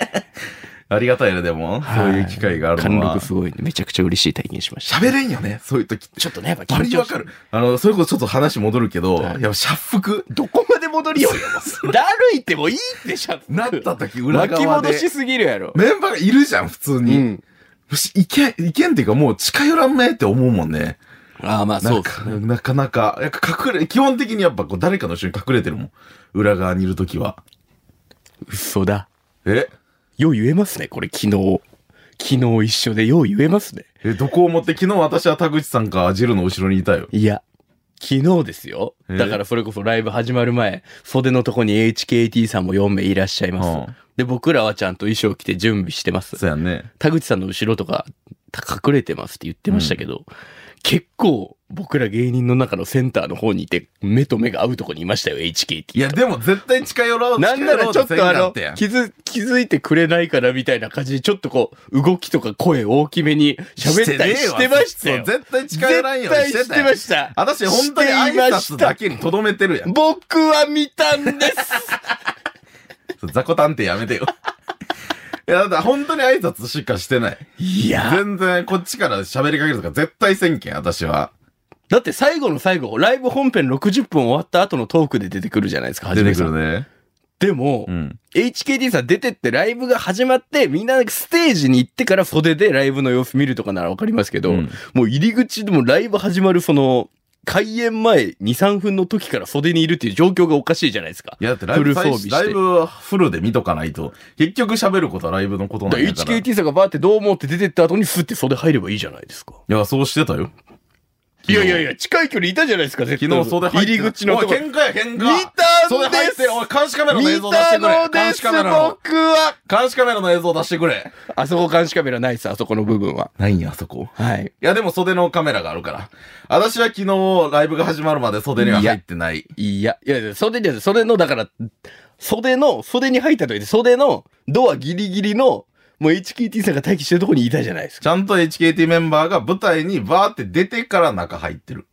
[SPEAKER 3] ありがたいね、でも。そういう機会がある
[SPEAKER 4] 貫
[SPEAKER 3] のは
[SPEAKER 4] 禄。すごいんで、めちゃくちゃ嬉しい体験しました。
[SPEAKER 3] 喋れんよね、そういう時って。
[SPEAKER 4] ちょっとね、やっぱ
[SPEAKER 3] バリわかる。あの、それこそちょっと話戻るけど、
[SPEAKER 4] はい
[SPEAKER 3] やっぱ、シャッフク
[SPEAKER 4] どこまで戻りようよ。だるいってもういいってしゃべ
[SPEAKER 3] なった時、裏
[SPEAKER 4] 巻き
[SPEAKER 3] 側
[SPEAKER 4] 戻
[SPEAKER 3] で。
[SPEAKER 4] しすぎるやろ。
[SPEAKER 3] メンバーがいるじゃん、普通に。
[SPEAKER 4] うん
[SPEAKER 3] よし、いけ、いけんっていうか、もう近寄らんねって思うもんね。
[SPEAKER 4] ああ、まあ
[SPEAKER 3] な
[SPEAKER 4] そ
[SPEAKER 3] ん
[SPEAKER 4] うです
[SPEAKER 3] か、
[SPEAKER 4] ね。
[SPEAKER 3] なかなか、やっぱ隠れ、基本的にやっぱこう誰かの後ろに隠れてるもん。裏側にいる時は。
[SPEAKER 4] 嘘だ。
[SPEAKER 3] え
[SPEAKER 4] よう言えますね、これ昨日。昨日一緒でよう言えますね。
[SPEAKER 3] え、どこを持って、昨日私は田口さんかジルの後ろにいたよ。
[SPEAKER 4] いや、昨日ですよ。
[SPEAKER 3] え
[SPEAKER 4] だからそれこそライブ始まる前、袖のとこに HKT さんも4名いらっしゃいます。
[SPEAKER 3] うん
[SPEAKER 4] で、僕らはちゃんと衣装着て準備してます。
[SPEAKER 3] そうやんね。
[SPEAKER 4] 田口さんの後ろとか、た隠れてますって言ってましたけど、結構僕ら芸人の中のセンターの方にいて、目と目が合うとこにいましたよ、HKT。
[SPEAKER 3] いや、でも絶対近寄ろう
[SPEAKER 4] なんならちょっと
[SPEAKER 3] 近寄
[SPEAKER 4] あの、
[SPEAKER 3] ろう
[SPEAKER 4] 気づ、気づいてくれないかなみたいな感じで、ちょっとこう、動きとか声大きめに喋ったりしてましたよ。
[SPEAKER 3] そう絶対近寄らんようにしてた
[SPEAKER 4] 絶対して
[SPEAKER 3] よ
[SPEAKER 4] ました。
[SPEAKER 3] 私、本当に
[SPEAKER 4] してい
[SPEAKER 3] 挨
[SPEAKER 4] まし
[SPEAKER 3] 拶
[SPEAKER 4] た
[SPEAKER 3] だけにとどめてるやん。
[SPEAKER 4] 僕は見たんです。
[SPEAKER 3] 雑魚探偵やめてよ。 いや、だから本当に挨拶しかして ない。
[SPEAKER 4] いや、
[SPEAKER 3] 全然こっちから喋りかけるとか絶対せんけん、私は。
[SPEAKER 4] だって最後の最後、ライブ本編60分終わった後のトークで出てくるじゃないですか、はじ
[SPEAKER 3] 出
[SPEAKER 4] め
[SPEAKER 3] て
[SPEAKER 4] さ
[SPEAKER 3] く
[SPEAKER 4] ん
[SPEAKER 3] るね。
[SPEAKER 4] でも、
[SPEAKER 3] うん。
[SPEAKER 4] HKT さん出てってライブが始まって、みんなステージに行ってから袖でライブの様子見るとかならわかりますけど、
[SPEAKER 3] うん
[SPEAKER 4] もう入り口でもライブ始まるその、開演前2、3分の時から袖にいるっていう状況がおかしいじゃないですか。
[SPEAKER 3] いや、だってライブ
[SPEAKER 4] フル装備して
[SPEAKER 3] ライブはフルで見とかないと。結局喋ることはライブのことなん
[SPEAKER 4] だから
[SPEAKER 3] やから。い
[SPEAKER 4] HKT さんがバーってどう思って出てった後にスって袖入ればいいじゃないですか。
[SPEAKER 3] や、そうしてたよ。
[SPEAKER 4] いやいやいや、近い距離いたじゃないですか、絶対。
[SPEAKER 3] 昨日袖入って
[SPEAKER 4] 入り口の
[SPEAKER 3] おい
[SPEAKER 4] とこ。
[SPEAKER 3] 喧嘩や、喧嘩。
[SPEAKER 4] 見たんです
[SPEAKER 3] 袖入ってるおい、監視カメラの映
[SPEAKER 4] 見
[SPEAKER 3] 像出して
[SPEAKER 4] た
[SPEAKER 3] くれ。
[SPEAKER 4] ので
[SPEAKER 3] 監
[SPEAKER 4] す、
[SPEAKER 3] 視カメラの。
[SPEAKER 4] 僕は。
[SPEAKER 3] 監視カメラの映像出してくれ。
[SPEAKER 4] あそこ監視カメラないです、あそこの部分は。
[SPEAKER 3] ないんや、あそこ。
[SPEAKER 4] はい。
[SPEAKER 3] いや、でも袖のカメラがあるから。私は昨日、ライブが始まるまで袖には入ってない。
[SPEAKER 4] いや、いやいや、袖で、袖の、だから、袖の、袖に入った時で、袖のドアギリギリの、もう HKT さんが待機してるとこにいたじゃないですか。
[SPEAKER 3] ちゃんと HKT メンバーが舞台にバーって出てから中入ってる。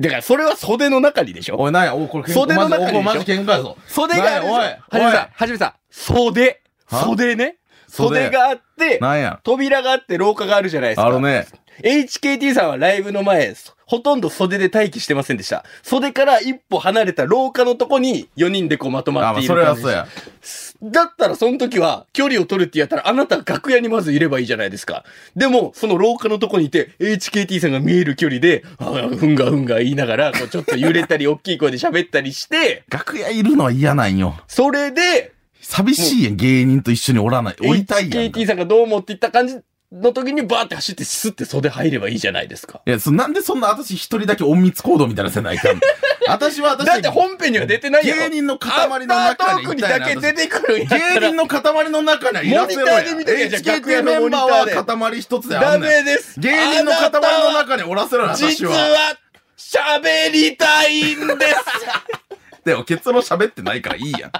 [SPEAKER 4] だから、それは袖の中にでしょ
[SPEAKER 3] おい、なんや、おい、これ喧嘩
[SPEAKER 4] 袖の
[SPEAKER 3] マ
[SPEAKER 4] 中に
[SPEAKER 3] ジおいマジ
[SPEAKER 4] で
[SPEAKER 3] 喧嘩やぞ。
[SPEAKER 4] 袖があるでしょ
[SPEAKER 3] なんやおい
[SPEAKER 4] はじめ
[SPEAKER 3] おい
[SPEAKER 4] さん、はじめさん、袖、
[SPEAKER 3] は
[SPEAKER 4] 袖ね。
[SPEAKER 3] 袖
[SPEAKER 4] 袖があって、
[SPEAKER 3] なんや。
[SPEAKER 4] 扉があって廊下があるじゃないですか。
[SPEAKER 3] あるね。
[SPEAKER 4] HKT さんはライブの前、ほとんど袖で待機してませんでした。袖から一歩離れた廊下のとこに4人でこうまとま
[SPEAKER 3] あ、
[SPEAKER 4] っ
[SPEAKER 3] まあ、
[SPEAKER 4] ている
[SPEAKER 3] それ
[SPEAKER 4] 感
[SPEAKER 3] は
[SPEAKER 4] じ
[SPEAKER 3] そうや。
[SPEAKER 4] だったらその時は距離を取るってやったらあなた楽屋にまずいればいいじゃないですか。でも、その廊下のとこにいて HKT さんが見える距離で、ああふんがふんが言いながら、こうちょっと揺れたり大きい声で喋ったりして、
[SPEAKER 3] 楽屋いるのは嫌なんよ。
[SPEAKER 4] それで、
[SPEAKER 3] 寂しいやん、芸人と一緒におらない。おりたいやんか。
[SPEAKER 4] HKT さんがどう思って言った感じの時にバーって走ってスッて袖入ればいいじゃないですか。
[SPEAKER 3] いや、そなんでそんな私一人だけ隠密行動みたいなせない かんの私は私
[SPEAKER 4] だって本編には出てないやろ
[SPEAKER 3] 芸人の塊の
[SPEAKER 4] アフタ
[SPEAKER 3] 中
[SPEAKER 4] ー
[SPEAKER 3] に
[SPEAKER 4] トーク
[SPEAKER 3] い
[SPEAKER 4] に
[SPEAKER 3] たいな
[SPEAKER 4] だけ出てくるんやったら
[SPEAKER 3] 芸人の塊の中にはいらせろ
[SPEAKER 4] モ
[SPEAKER 3] や
[SPEAKER 4] ニターで見てるやんじゃあ楽屋
[SPEAKER 3] HKT
[SPEAKER 4] の
[SPEAKER 3] メ
[SPEAKER 4] モ
[SPEAKER 3] ン
[SPEAKER 4] ニタ
[SPEAKER 3] バ
[SPEAKER 4] ーで
[SPEAKER 3] ーは塊一つであ
[SPEAKER 4] ダ
[SPEAKER 3] んね
[SPEAKER 4] メ
[SPEAKER 3] ん
[SPEAKER 4] です。
[SPEAKER 3] 芸人の塊の中におらせろや私
[SPEAKER 4] 実
[SPEAKER 3] は
[SPEAKER 4] は、喋りたいんです
[SPEAKER 3] でも結論喋ってないからいいやん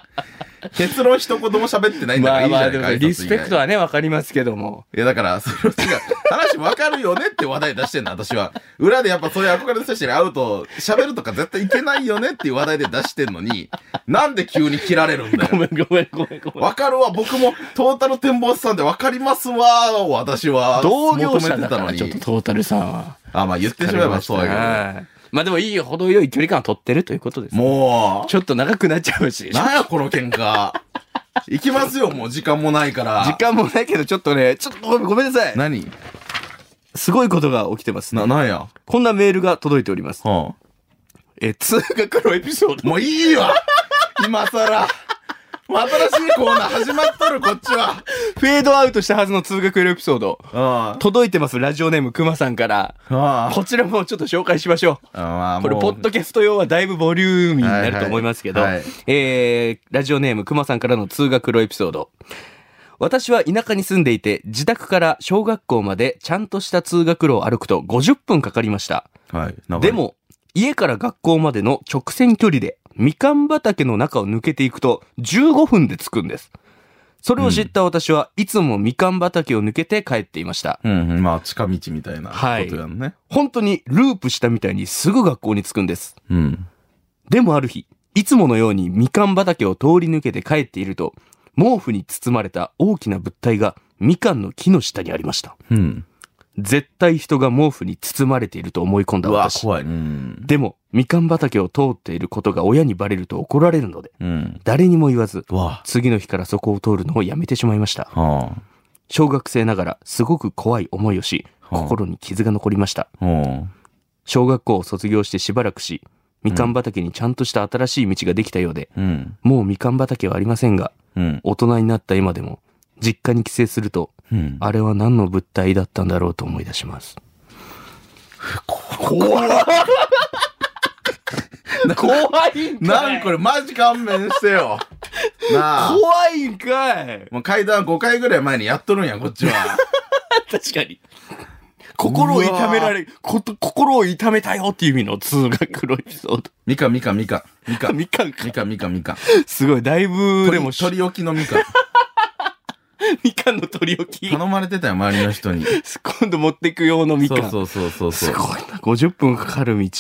[SPEAKER 3] 結論一言も喋ってないんだか
[SPEAKER 4] ま
[SPEAKER 3] らい
[SPEAKER 4] あ
[SPEAKER 3] いじ
[SPEAKER 4] ま
[SPEAKER 3] ゃな
[SPEAKER 4] あ
[SPEAKER 3] い
[SPEAKER 4] でも
[SPEAKER 3] か
[SPEAKER 4] リスペクト
[SPEAKER 3] はい
[SPEAKER 4] はねわかりますけども
[SPEAKER 3] やだからそれは違う話わかるよねって話題出してんの私は裏でやっぱそういう憧れの人たちに会うと喋るとか絶対いけないよねっていう話題で出してんのになんで急に切られるんだよ
[SPEAKER 4] ごめんごめんごめんごめん
[SPEAKER 3] わかるわ、僕もトータル展望さんでわかりますわ、を私は
[SPEAKER 4] 同業者だか
[SPEAKER 3] 求
[SPEAKER 4] ら
[SPEAKER 3] めて
[SPEAKER 4] ちょっとトータルさんは
[SPEAKER 3] あ、まあ言ってしまえばそうや
[SPEAKER 4] はいまあでもいい程よい距離感を取ってるということで
[SPEAKER 3] け
[SPEAKER 4] す
[SPEAKER 3] ど。も
[SPEAKER 4] ちょっと長くなっちゃうし
[SPEAKER 3] う、
[SPEAKER 4] 時
[SPEAKER 3] なんやこの喧嘩。行きますよ、もう時間もないから。
[SPEAKER 4] 間もないけどちょっとねちょっとごめんごめんなさい
[SPEAKER 3] 何
[SPEAKER 4] すごいことが起きてますね
[SPEAKER 3] な、なんや。は
[SPEAKER 4] こんなメールが届いております
[SPEAKER 3] あ、も
[SPEAKER 4] えー通学のエピソード
[SPEAKER 3] ういいわ今更。もう新しいコーナー始まっとる、こっちは。
[SPEAKER 4] フェードアウトしたはずの通学のエピソード
[SPEAKER 3] あ
[SPEAKER 4] 届いてますラジオネームくまさんから
[SPEAKER 3] あ。ああ。
[SPEAKER 4] こちらもちょっと紹介しましょう
[SPEAKER 3] まあ、
[SPEAKER 4] これ、ポッドキャスト用はだいぶボリューミーになると思いますけど、
[SPEAKER 3] はいはいはい
[SPEAKER 4] えー、ラジオネーム、くまさんからの通学路エピソード。私は田舎に住んでいて、自宅から小学校までちゃんとした通学路を歩くと50分かかりました。
[SPEAKER 3] はい。長い
[SPEAKER 4] で、も、家から学校までの直線距離で、みかん畑の中を抜けていくと15分で着くんです。それを知った私はいつもみかん畑を抜けて帰っていました。
[SPEAKER 3] うんうん、まあ、近道みたいなこと
[SPEAKER 4] はい
[SPEAKER 3] やんね。
[SPEAKER 4] 本当にループしたみたいにすぐ学校に着くんです。
[SPEAKER 3] うん。
[SPEAKER 4] でもある日、いつものようにみかん畑を通り抜けて帰っていると、毛布に包まれた大きな物体がみかんの木の下にありました。
[SPEAKER 3] うん。
[SPEAKER 4] 絶対人が毛布に包まれていると思い込んだ
[SPEAKER 3] うわ、
[SPEAKER 4] 私。
[SPEAKER 3] 怖い。うん。
[SPEAKER 4] でも、みかん畑を通っていることが親にバレると怒られるので、
[SPEAKER 3] うん。
[SPEAKER 4] 誰にも言わず、
[SPEAKER 3] うわ。
[SPEAKER 4] 次の日からそこを通るのをやめてしまいました。
[SPEAKER 3] は
[SPEAKER 4] 小学生ながらすごく怖い思いをし、
[SPEAKER 3] はあ
[SPEAKER 4] 心に傷が残りました。
[SPEAKER 3] あ。うん。
[SPEAKER 4] 小学校を卒業してしばらくし、みかん畑にちゃんとした新しい道ができたようで、
[SPEAKER 3] うん。
[SPEAKER 4] もうみかん畑はありませんが、
[SPEAKER 3] うん。
[SPEAKER 4] 大人になった今でも、実家に帰省すると、
[SPEAKER 3] うん。
[SPEAKER 4] あれは何の物体だったんだろうと思い出します。
[SPEAKER 3] 怖い。
[SPEAKER 4] 怖いん
[SPEAKER 3] なんこれ、マジ勘弁してよ。なあ。
[SPEAKER 4] 怖いんかい
[SPEAKER 3] もう階段5回ぐらい前にやっとるんや、こっちは。
[SPEAKER 4] 確かに。心を痛められ、こと、心を痛めたよっていう意味の通学のエピソー
[SPEAKER 3] みかんみかんみかんみか
[SPEAKER 4] ド。
[SPEAKER 3] んみ
[SPEAKER 4] みかんか。
[SPEAKER 3] かんみかんみかん
[SPEAKER 4] すごい、だいぶ、で
[SPEAKER 3] 鳥
[SPEAKER 4] も、
[SPEAKER 3] 取り置きのみかん
[SPEAKER 4] みかんの取り置き、
[SPEAKER 3] 頼まれてたよ周りの人に
[SPEAKER 4] 今度持ってく用のみ か
[SPEAKER 3] そ
[SPEAKER 4] ん。
[SPEAKER 3] うそうそうそうそ
[SPEAKER 4] す
[SPEAKER 3] う
[SPEAKER 4] ごいな。50分かかる道、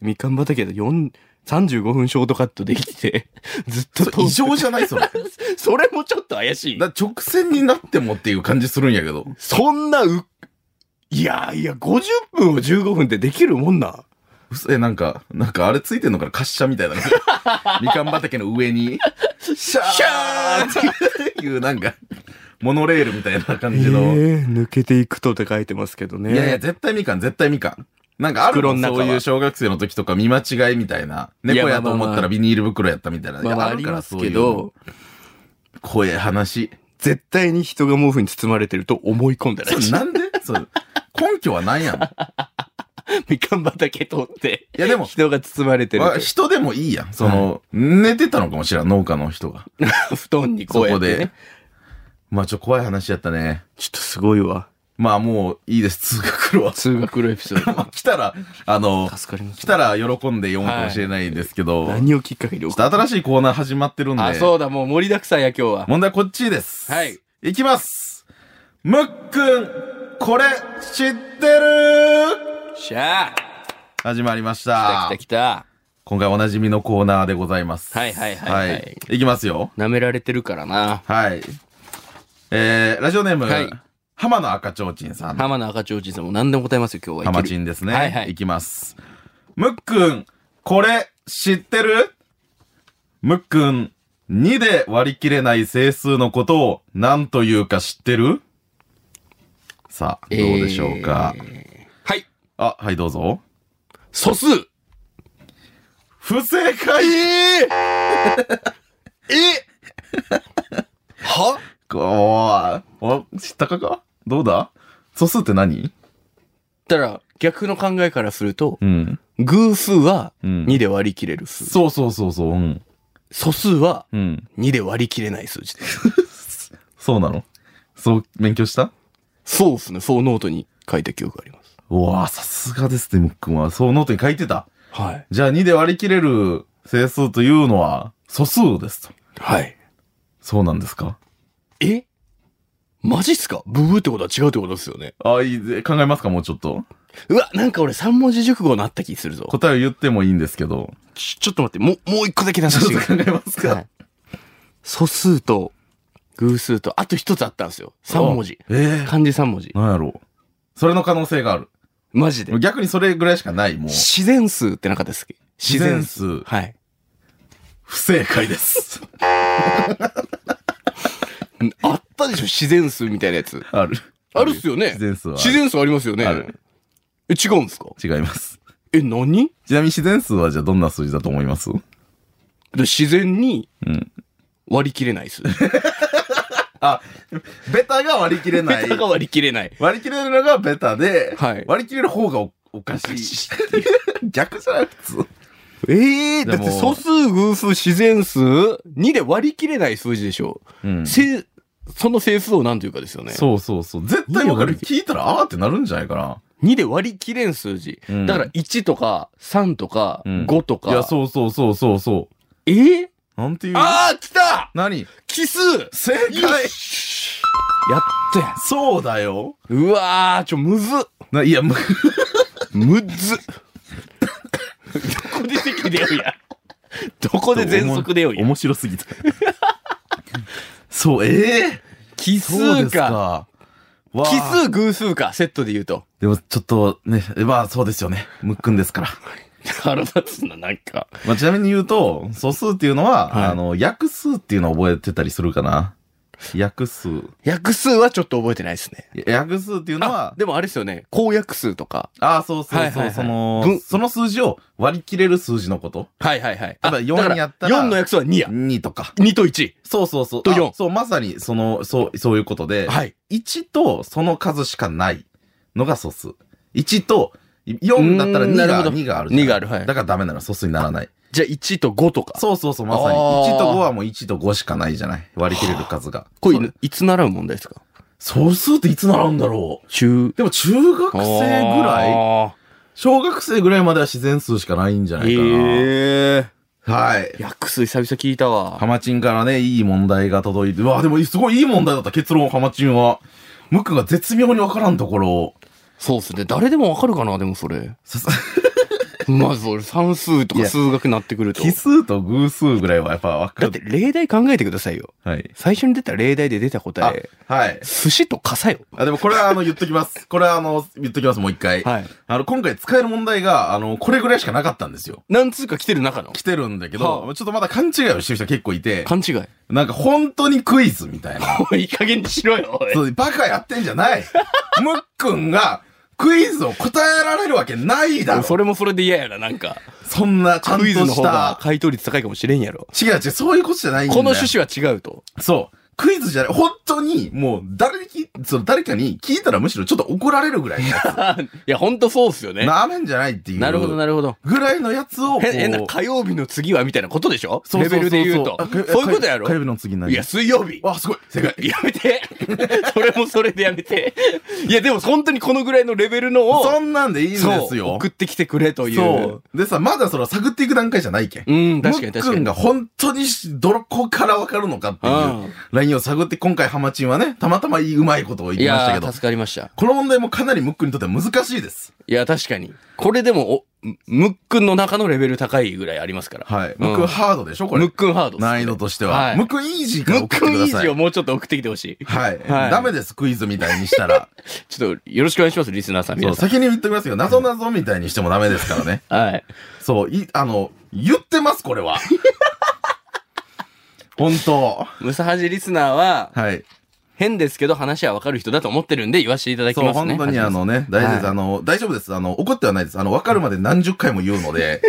[SPEAKER 4] みかん畑で4 35分ショートカットできて、ずっと
[SPEAKER 3] それ異常じゃないそ れ
[SPEAKER 4] それもちょっと怪しい。
[SPEAKER 3] だ直線になってもっていう感じするんやけど。
[SPEAKER 4] そんなう、いやいや、50分を15分でできるもんな。
[SPEAKER 3] うそえ、なんか、なんかあれついてんのかな滑車み たいなの。みかん畑の上に、シャーっていう、なんか、モノレールみたいな感じの。
[SPEAKER 4] 抜けていくとって書いてますけどね。
[SPEAKER 3] いやいや、絶対みかん、絶対みかん。なんかあるの
[SPEAKER 4] 袋の中は
[SPEAKER 3] そういう小学生の時とか見間違いみたいな。猫やと思ったらビニール袋やったみたいな。
[SPEAKER 4] まあまああ
[SPEAKER 3] る
[SPEAKER 4] り
[SPEAKER 3] から
[SPEAKER 4] ますけど、
[SPEAKER 3] そういう怖え話。
[SPEAKER 4] 絶対に人が毛布に包まれてると思い込んだ
[SPEAKER 3] そ
[SPEAKER 4] らし
[SPEAKER 3] れ
[SPEAKER 4] い。
[SPEAKER 3] なんでそう根拠はなんやん。い
[SPEAKER 4] みかん畑通って、
[SPEAKER 3] やでも、
[SPEAKER 4] 人が包まれてる
[SPEAKER 3] わ人でもいいやん。その、寝てたのかもしれん、農家の人が。
[SPEAKER 4] と。布団にこうやって、
[SPEAKER 3] そこ
[SPEAKER 4] ね
[SPEAKER 3] で。まあちょ、怖い話やったね。
[SPEAKER 4] ちょっとすごいわ。
[SPEAKER 3] まあもういいです、通学 路は。
[SPEAKER 4] 通学路エピソー
[SPEAKER 3] まあ来たら、あの、
[SPEAKER 4] ド。助かりま
[SPEAKER 3] 来
[SPEAKER 4] した。
[SPEAKER 3] たら喜んで読むかもしれないですけど、ち
[SPEAKER 4] 何をきっかけに
[SPEAKER 3] ょっと新しいコーナー始まってるんで、
[SPEAKER 4] あ、そうだ、もう盛りだくさんや、今日は。
[SPEAKER 3] 問題こっちです。
[SPEAKER 4] はい。
[SPEAKER 3] いきますむっくん、これ、知ってる
[SPEAKER 4] しゃあ
[SPEAKER 3] 始まりました。
[SPEAKER 4] 来た来た
[SPEAKER 3] 今回おなじみのコーナーでございます。
[SPEAKER 4] はいはいはいはい
[SPEAKER 3] いきますよ。
[SPEAKER 4] 来た。舐められてるからな。
[SPEAKER 3] はい。えー、ラジオネーム、
[SPEAKER 4] はい
[SPEAKER 3] 浜野赤ちょうちんさん。
[SPEAKER 4] 浜野赤ちょうちんさんも何でも答えますよ、今日はいける。
[SPEAKER 3] ハマチンですね。
[SPEAKER 4] はい
[SPEAKER 3] い
[SPEAKER 4] はい
[SPEAKER 3] きます。むっくん、これ、知ってるむっくん、2で割り切れない整数のことを何というか知ってるさあ、どうでしょうか。
[SPEAKER 4] はい。
[SPEAKER 3] あ、はい、どうぞ。
[SPEAKER 4] 素数
[SPEAKER 3] 不正解え
[SPEAKER 4] は
[SPEAKER 3] こう、お、知ったかかどうだ素数って何
[SPEAKER 4] たら、逆の考えからすると、
[SPEAKER 3] うん。
[SPEAKER 4] 偶数は
[SPEAKER 3] うん
[SPEAKER 4] 2で割り切れる数。
[SPEAKER 3] そうそうそうそう、うん。
[SPEAKER 4] 素数は
[SPEAKER 3] うん。
[SPEAKER 4] 2で割り切れない数字です。
[SPEAKER 3] そうなのそう、勉強した
[SPEAKER 4] そうっすね。そうノートに書いた記憶があります。
[SPEAKER 3] うわあ、さすがですね、むっくんは。そう、ノートに書いてた。
[SPEAKER 4] はい。
[SPEAKER 3] じゃあ2で割り切れる整数というのは素数ですと。
[SPEAKER 4] はい。
[SPEAKER 3] そうなんですか
[SPEAKER 4] えマジっすかブブーってことは違うってことですよね。
[SPEAKER 3] あいいぜ考えますかもうちょっと。
[SPEAKER 4] うわ、なんか俺3文字熟語なった気するぞ。
[SPEAKER 3] 答えを言ってもいいんですけど。
[SPEAKER 4] ちちょっと待って、もう、もう一個だけ出さ
[SPEAKER 3] ち
[SPEAKER 4] せ
[SPEAKER 3] ょ
[SPEAKER 4] てく
[SPEAKER 3] っ
[SPEAKER 4] だ
[SPEAKER 3] と
[SPEAKER 4] さい。
[SPEAKER 3] 考えますか、
[SPEAKER 4] はい素数と偶数と、あと一つあったんですよ。3文字。
[SPEAKER 3] あ。ええ
[SPEAKER 4] 漢字3文字。
[SPEAKER 3] なんやろう。それの可能性がある。
[SPEAKER 4] マジで。
[SPEAKER 3] 逆にそれぐらいしかない、もう。
[SPEAKER 4] 自然数ってなかったですっけ自然数。
[SPEAKER 3] 自然数
[SPEAKER 4] はい。
[SPEAKER 3] 不正解です。
[SPEAKER 4] あったでしょ自然数みたいなやつ。
[SPEAKER 3] ある。
[SPEAKER 4] あるっすよね。
[SPEAKER 3] 自然数はある
[SPEAKER 4] 自然数ありますよね。
[SPEAKER 3] ある
[SPEAKER 4] え、違うんですか
[SPEAKER 3] 違います。
[SPEAKER 4] え、何
[SPEAKER 3] ちなみに自然数はじゃあどんな数字だと思います
[SPEAKER 4] で自然に
[SPEAKER 3] うん
[SPEAKER 4] 割り切れない数。
[SPEAKER 3] ベタが割り切れな
[SPEAKER 4] ベ
[SPEAKER 3] い
[SPEAKER 4] タ。が割り切れない。
[SPEAKER 3] 割り切れるのがベタで、
[SPEAKER 4] はい
[SPEAKER 3] 割り切れる方がおおかしい。逆じゃない普通。
[SPEAKER 4] ええ
[SPEAKER 3] でも
[SPEAKER 4] だって素数、偶数、自然数 ?2 で割り切れない数字でしょ。
[SPEAKER 3] うん
[SPEAKER 4] せその整数を何というかですよね。
[SPEAKER 3] そうそうそう。絶対わかる。聞いたら、あーってなるんじゃないかな。
[SPEAKER 4] 2で割り切れん数字。
[SPEAKER 3] うん
[SPEAKER 4] だから1とか3とか
[SPEAKER 3] うん
[SPEAKER 4] 5とか。
[SPEAKER 3] いや、そうそうそうそうそ
[SPEAKER 4] えー
[SPEAKER 3] う。なんていう。
[SPEAKER 4] ああ来た
[SPEAKER 3] 何
[SPEAKER 4] 奇数やっ
[SPEAKER 3] 正解
[SPEAKER 4] とや
[SPEAKER 3] そうだよ。
[SPEAKER 4] うわー、ちょ、むずっ
[SPEAKER 3] ないや、む、
[SPEAKER 4] むっずどこで席 出ようや。どこで全速出ようや。
[SPEAKER 3] 面白すぎた。そう、ええ
[SPEAKER 4] 奇
[SPEAKER 3] そうで
[SPEAKER 4] 数
[SPEAKER 3] すか。
[SPEAKER 4] か。
[SPEAKER 3] わあ
[SPEAKER 4] 奇数、偶数か。セットで言うと。
[SPEAKER 3] でも、ちょっとね、まあそうですよね。むっくんですから。
[SPEAKER 4] 腹立つな、なんか。
[SPEAKER 3] まあちなみに言うと、素数っていうのは、
[SPEAKER 4] はい
[SPEAKER 3] あの、約数っていうのを覚えてたりするかな。約数。
[SPEAKER 4] 約数はちょっと覚えてないですね。
[SPEAKER 3] 約数っていうのは
[SPEAKER 4] あ、、でもあれですよね。公約数とか。
[SPEAKER 3] ああ、そうそうそう、
[SPEAKER 4] はいはいはい
[SPEAKER 3] そ
[SPEAKER 4] ぶ
[SPEAKER 3] の、その数字を割り切れる数字のこと。
[SPEAKER 4] はいはいはい。あ
[SPEAKER 3] ただ四やったら
[SPEAKER 4] 4の約数は2や。
[SPEAKER 3] 2とか。
[SPEAKER 4] 2と1。
[SPEAKER 3] そうそうそう。
[SPEAKER 4] と
[SPEAKER 3] あ
[SPEAKER 4] 四
[SPEAKER 3] そう、まさに、その、そう、そういうことで、
[SPEAKER 4] はい。
[SPEAKER 3] 1とその数しかないのが素数。1と、4だったら
[SPEAKER 4] うーんな
[SPEAKER 3] 2
[SPEAKER 4] るほ
[SPEAKER 3] が、
[SPEAKER 4] ど
[SPEAKER 3] 2があるじゃない。
[SPEAKER 4] 二があるはい
[SPEAKER 3] だからダメなら素数にならない。
[SPEAKER 4] じゃあ1と5とか。
[SPEAKER 3] そうそうそう、まさに。
[SPEAKER 4] あー
[SPEAKER 3] 1と5はもう1と5しかないじゃない。割り切れる数が。
[SPEAKER 4] これいつ習う問題ですか
[SPEAKER 3] 素数っていつ習うんだろ
[SPEAKER 4] 中
[SPEAKER 3] う。でも中学生ぐらい
[SPEAKER 4] ら
[SPEAKER 3] 小学生ぐらいまでは自然数しかないんじゃないかな。
[SPEAKER 4] ええ
[SPEAKER 3] はい。
[SPEAKER 4] ヤックス久々聞いたわ
[SPEAKER 3] ハ。マチンからね、いい問題が届いて、うわ、でもすごいいい問題だった、結論、ハマチンは。ムックが絶妙にわからんところを。
[SPEAKER 4] そうっすね。誰でもわかるかなでもそ れ。
[SPEAKER 3] ささ
[SPEAKER 4] まず俺算数と
[SPEAKER 3] い
[SPEAKER 4] か
[SPEAKER 3] や
[SPEAKER 4] 数学なってくる と。
[SPEAKER 3] 奇数と偶数ぐらいはやっぱわか
[SPEAKER 4] だっ
[SPEAKER 3] る。
[SPEAKER 4] て例題考えてくださいよ。
[SPEAKER 3] はい。
[SPEAKER 4] 最初に出た例題で出た答
[SPEAKER 3] あ
[SPEAKER 4] え、、
[SPEAKER 3] はい。
[SPEAKER 4] 寿司と傘よ。
[SPEAKER 3] あ、でもこれはあの、言っときます。 これはあの、言っときます、もう一回。
[SPEAKER 4] はい。
[SPEAKER 3] あの、今回使える問題が、あの、これぐらいしかなかったんですよ。
[SPEAKER 4] 何通か来てる中の
[SPEAKER 3] 来てるんだけ
[SPEAKER 4] は
[SPEAKER 3] ど、ちょっとまだ勘違いをしてる人結構いて、
[SPEAKER 4] 勘違い。
[SPEAKER 3] なんか本当にクイズみたいな。
[SPEAKER 4] おい、いい加減にしろよ、おい
[SPEAKER 3] そう、バカやってんじゃない。ムックンが、クイズを答えられるわけないだろ。
[SPEAKER 4] それもそれで嫌やな、なんか。
[SPEAKER 3] そんなちゃんと
[SPEAKER 4] クイズの
[SPEAKER 3] し
[SPEAKER 4] 方が
[SPEAKER 3] た。
[SPEAKER 4] 回答率高いかもしれんやろ。
[SPEAKER 3] 違う違う、そういうことじゃないんだよ。
[SPEAKER 4] この趣旨は違うと。
[SPEAKER 3] そう。クイズじゃない。本当に、もう、誰に聞い、その誰かに聞いたらむしろちょっと怒られるぐらいのや
[SPEAKER 4] いや、ほんとそうっすよ
[SPEAKER 3] つ。
[SPEAKER 4] ね。
[SPEAKER 3] なめんじゃないっていう。
[SPEAKER 4] なるほど、なるほど。
[SPEAKER 3] ぐらいのやつをこう。
[SPEAKER 4] へ変な火曜日の次はみたいなことでしょ
[SPEAKER 3] そうそうそうそう
[SPEAKER 4] レベルで言うと
[SPEAKER 3] あ。火
[SPEAKER 4] そういうことやろ
[SPEAKER 3] 火火曜日の次何
[SPEAKER 4] いや、水曜日。
[SPEAKER 3] わ、すごい正解。
[SPEAKER 4] やめて それもそれでやめていや、でも本当にこのぐらいのレベルのを、
[SPEAKER 3] そんなんでいいんです
[SPEAKER 4] そう
[SPEAKER 3] よ
[SPEAKER 4] 送。ってきてくれという。
[SPEAKER 3] そう。でさ、まだその探っていく段階じゃないけん。
[SPEAKER 4] うん、確かに確
[SPEAKER 3] ムッ
[SPEAKER 4] か
[SPEAKER 3] クン
[SPEAKER 4] に。
[SPEAKER 3] が本当にどこからわかるのかって
[SPEAKER 4] う
[SPEAKER 3] いうんラインを探って、今回ハマチンはね、たまたまいいうまいことを言
[SPEAKER 4] い
[SPEAKER 3] いました
[SPEAKER 4] や
[SPEAKER 3] け
[SPEAKER 4] ー、
[SPEAKER 3] ど、
[SPEAKER 4] 助かりました。
[SPEAKER 3] この問題もかなりムックンにとっては難しいです。
[SPEAKER 4] いや、確かに。これでも、お、ムックンの中のレベル高いぐらいありますから。
[SPEAKER 3] はい。
[SPEAKER 4] うん
[SPEAKER 3] ムックンハードでしょこ
[SPEAKER 4] ム
[SPEAKER 3] れ
[SPEAKER 4] ッ。クンハードっすね。
[SPEAKER 3] 難易度として
[SPEAKER 4] は
[SPEAKER 3] は。
[SPEAKER 4] い
[SPEAKER 3] ムックンイージーか
[SPEAKER 4] ム
[SPEAKER 3] ら送
[SPEAKER 4] ッ
[SPEAKER 3] って
[SPEAKER 4] ク
[SPEAKER 3] く
[SPEAKER 4] ンイ
[SPEAKER 3] だ
[SPEAKER 4] ー
[SPEAKER 3] さ
[SPEAKER 4] ジ
[SPEAKER 3] い
[SPEAKER 4] を。もうちょっと送ってきてほしい。
[SPEAKER 3] はい。
[SPEAKER 4] はい
[SPEAKER 3] ダメです、クイズみたいにしたら。
[SPEAKER 4] ちょっとよろ しくお願いします、リスナーさん。
[SPEAKER 3] そ
[SPEAKER 4] 皆
[SPEAKER 3] う、
[SPEAKER 4] さん。
[SPEAKER 3] 先に言っておきますけど、なぞなぞみたいにしてもダメですから ね。
[SPEAKER 4] はい。
[SPEAKER 3] そう、い、あの、言ってます、これ は。本当。
[SPEAKER 4] ムサハジリスナーは、
[SPEAKER 3] はい。
[SPEAKER 4] 変ですけど話はわかる人だと思ってるんで言わせていただき
[SPEAKER 3] そ
[SPEAKER 4] ま
[SPEAKER 3] う、
[SPEAKER 4] すね。
[SPEAKER 3] 本当にあのね、大丈夫です。
[SPEAKER 4] はい
[SPEAKER 3] あの、大丈夫です。あの、怒ってはないです。あの、分かるまで何十回も言うの で、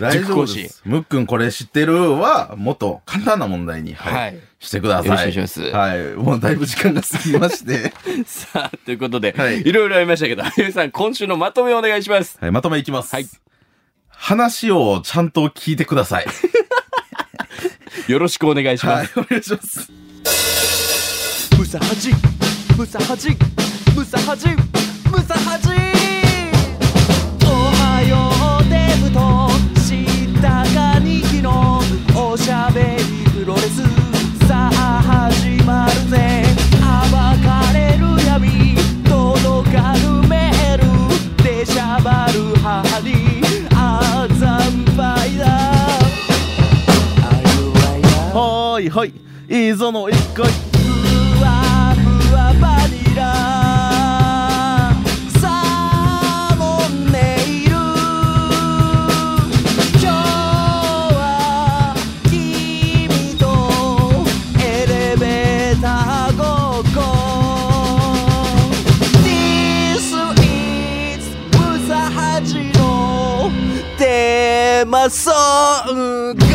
[SPEAKER 3] 大丈夫です。ムックンこれ知ってるは、もっと簡単な問題に、はい、
[SPEAKER 4] はい
[SPEAKER 3] してください。
[SPEAKER 4] よろしくお願いします
[SPEAKER 3] はい。もうだいぶ時間が過ぎまして、
[SPEAKER 4] さあ、ということで、
[SPEAKER 3] はい
[SPEAKER 4] い、ろいろありましたけど、はゆみさん、今週のまとめをお願いします。
[SPEAKER 3] はい、まとめいきます。
[SPEAKER 4] はい
[SPEAKER 3] 話をちゃんと聞いてください。
[SPEAKER 4] よろしくお願いします。
[SPEAKER 3] はい、お願いします。
[SPEAKER 1] ムサハジムサハジムサハジムサハジおはようデブとしたかにきのおしゃべりプロレスさあ始まるぜ暴かれる闇届かぬメールでしゃばる母にあざんぱいだ
[SPEAKER 3] はーい、はい。いいぞの一回。
[SPEAKER 1] ふわふわバニラサーモンネイル今日は君とエレベーターごっこ This is ムサハジのテーマソング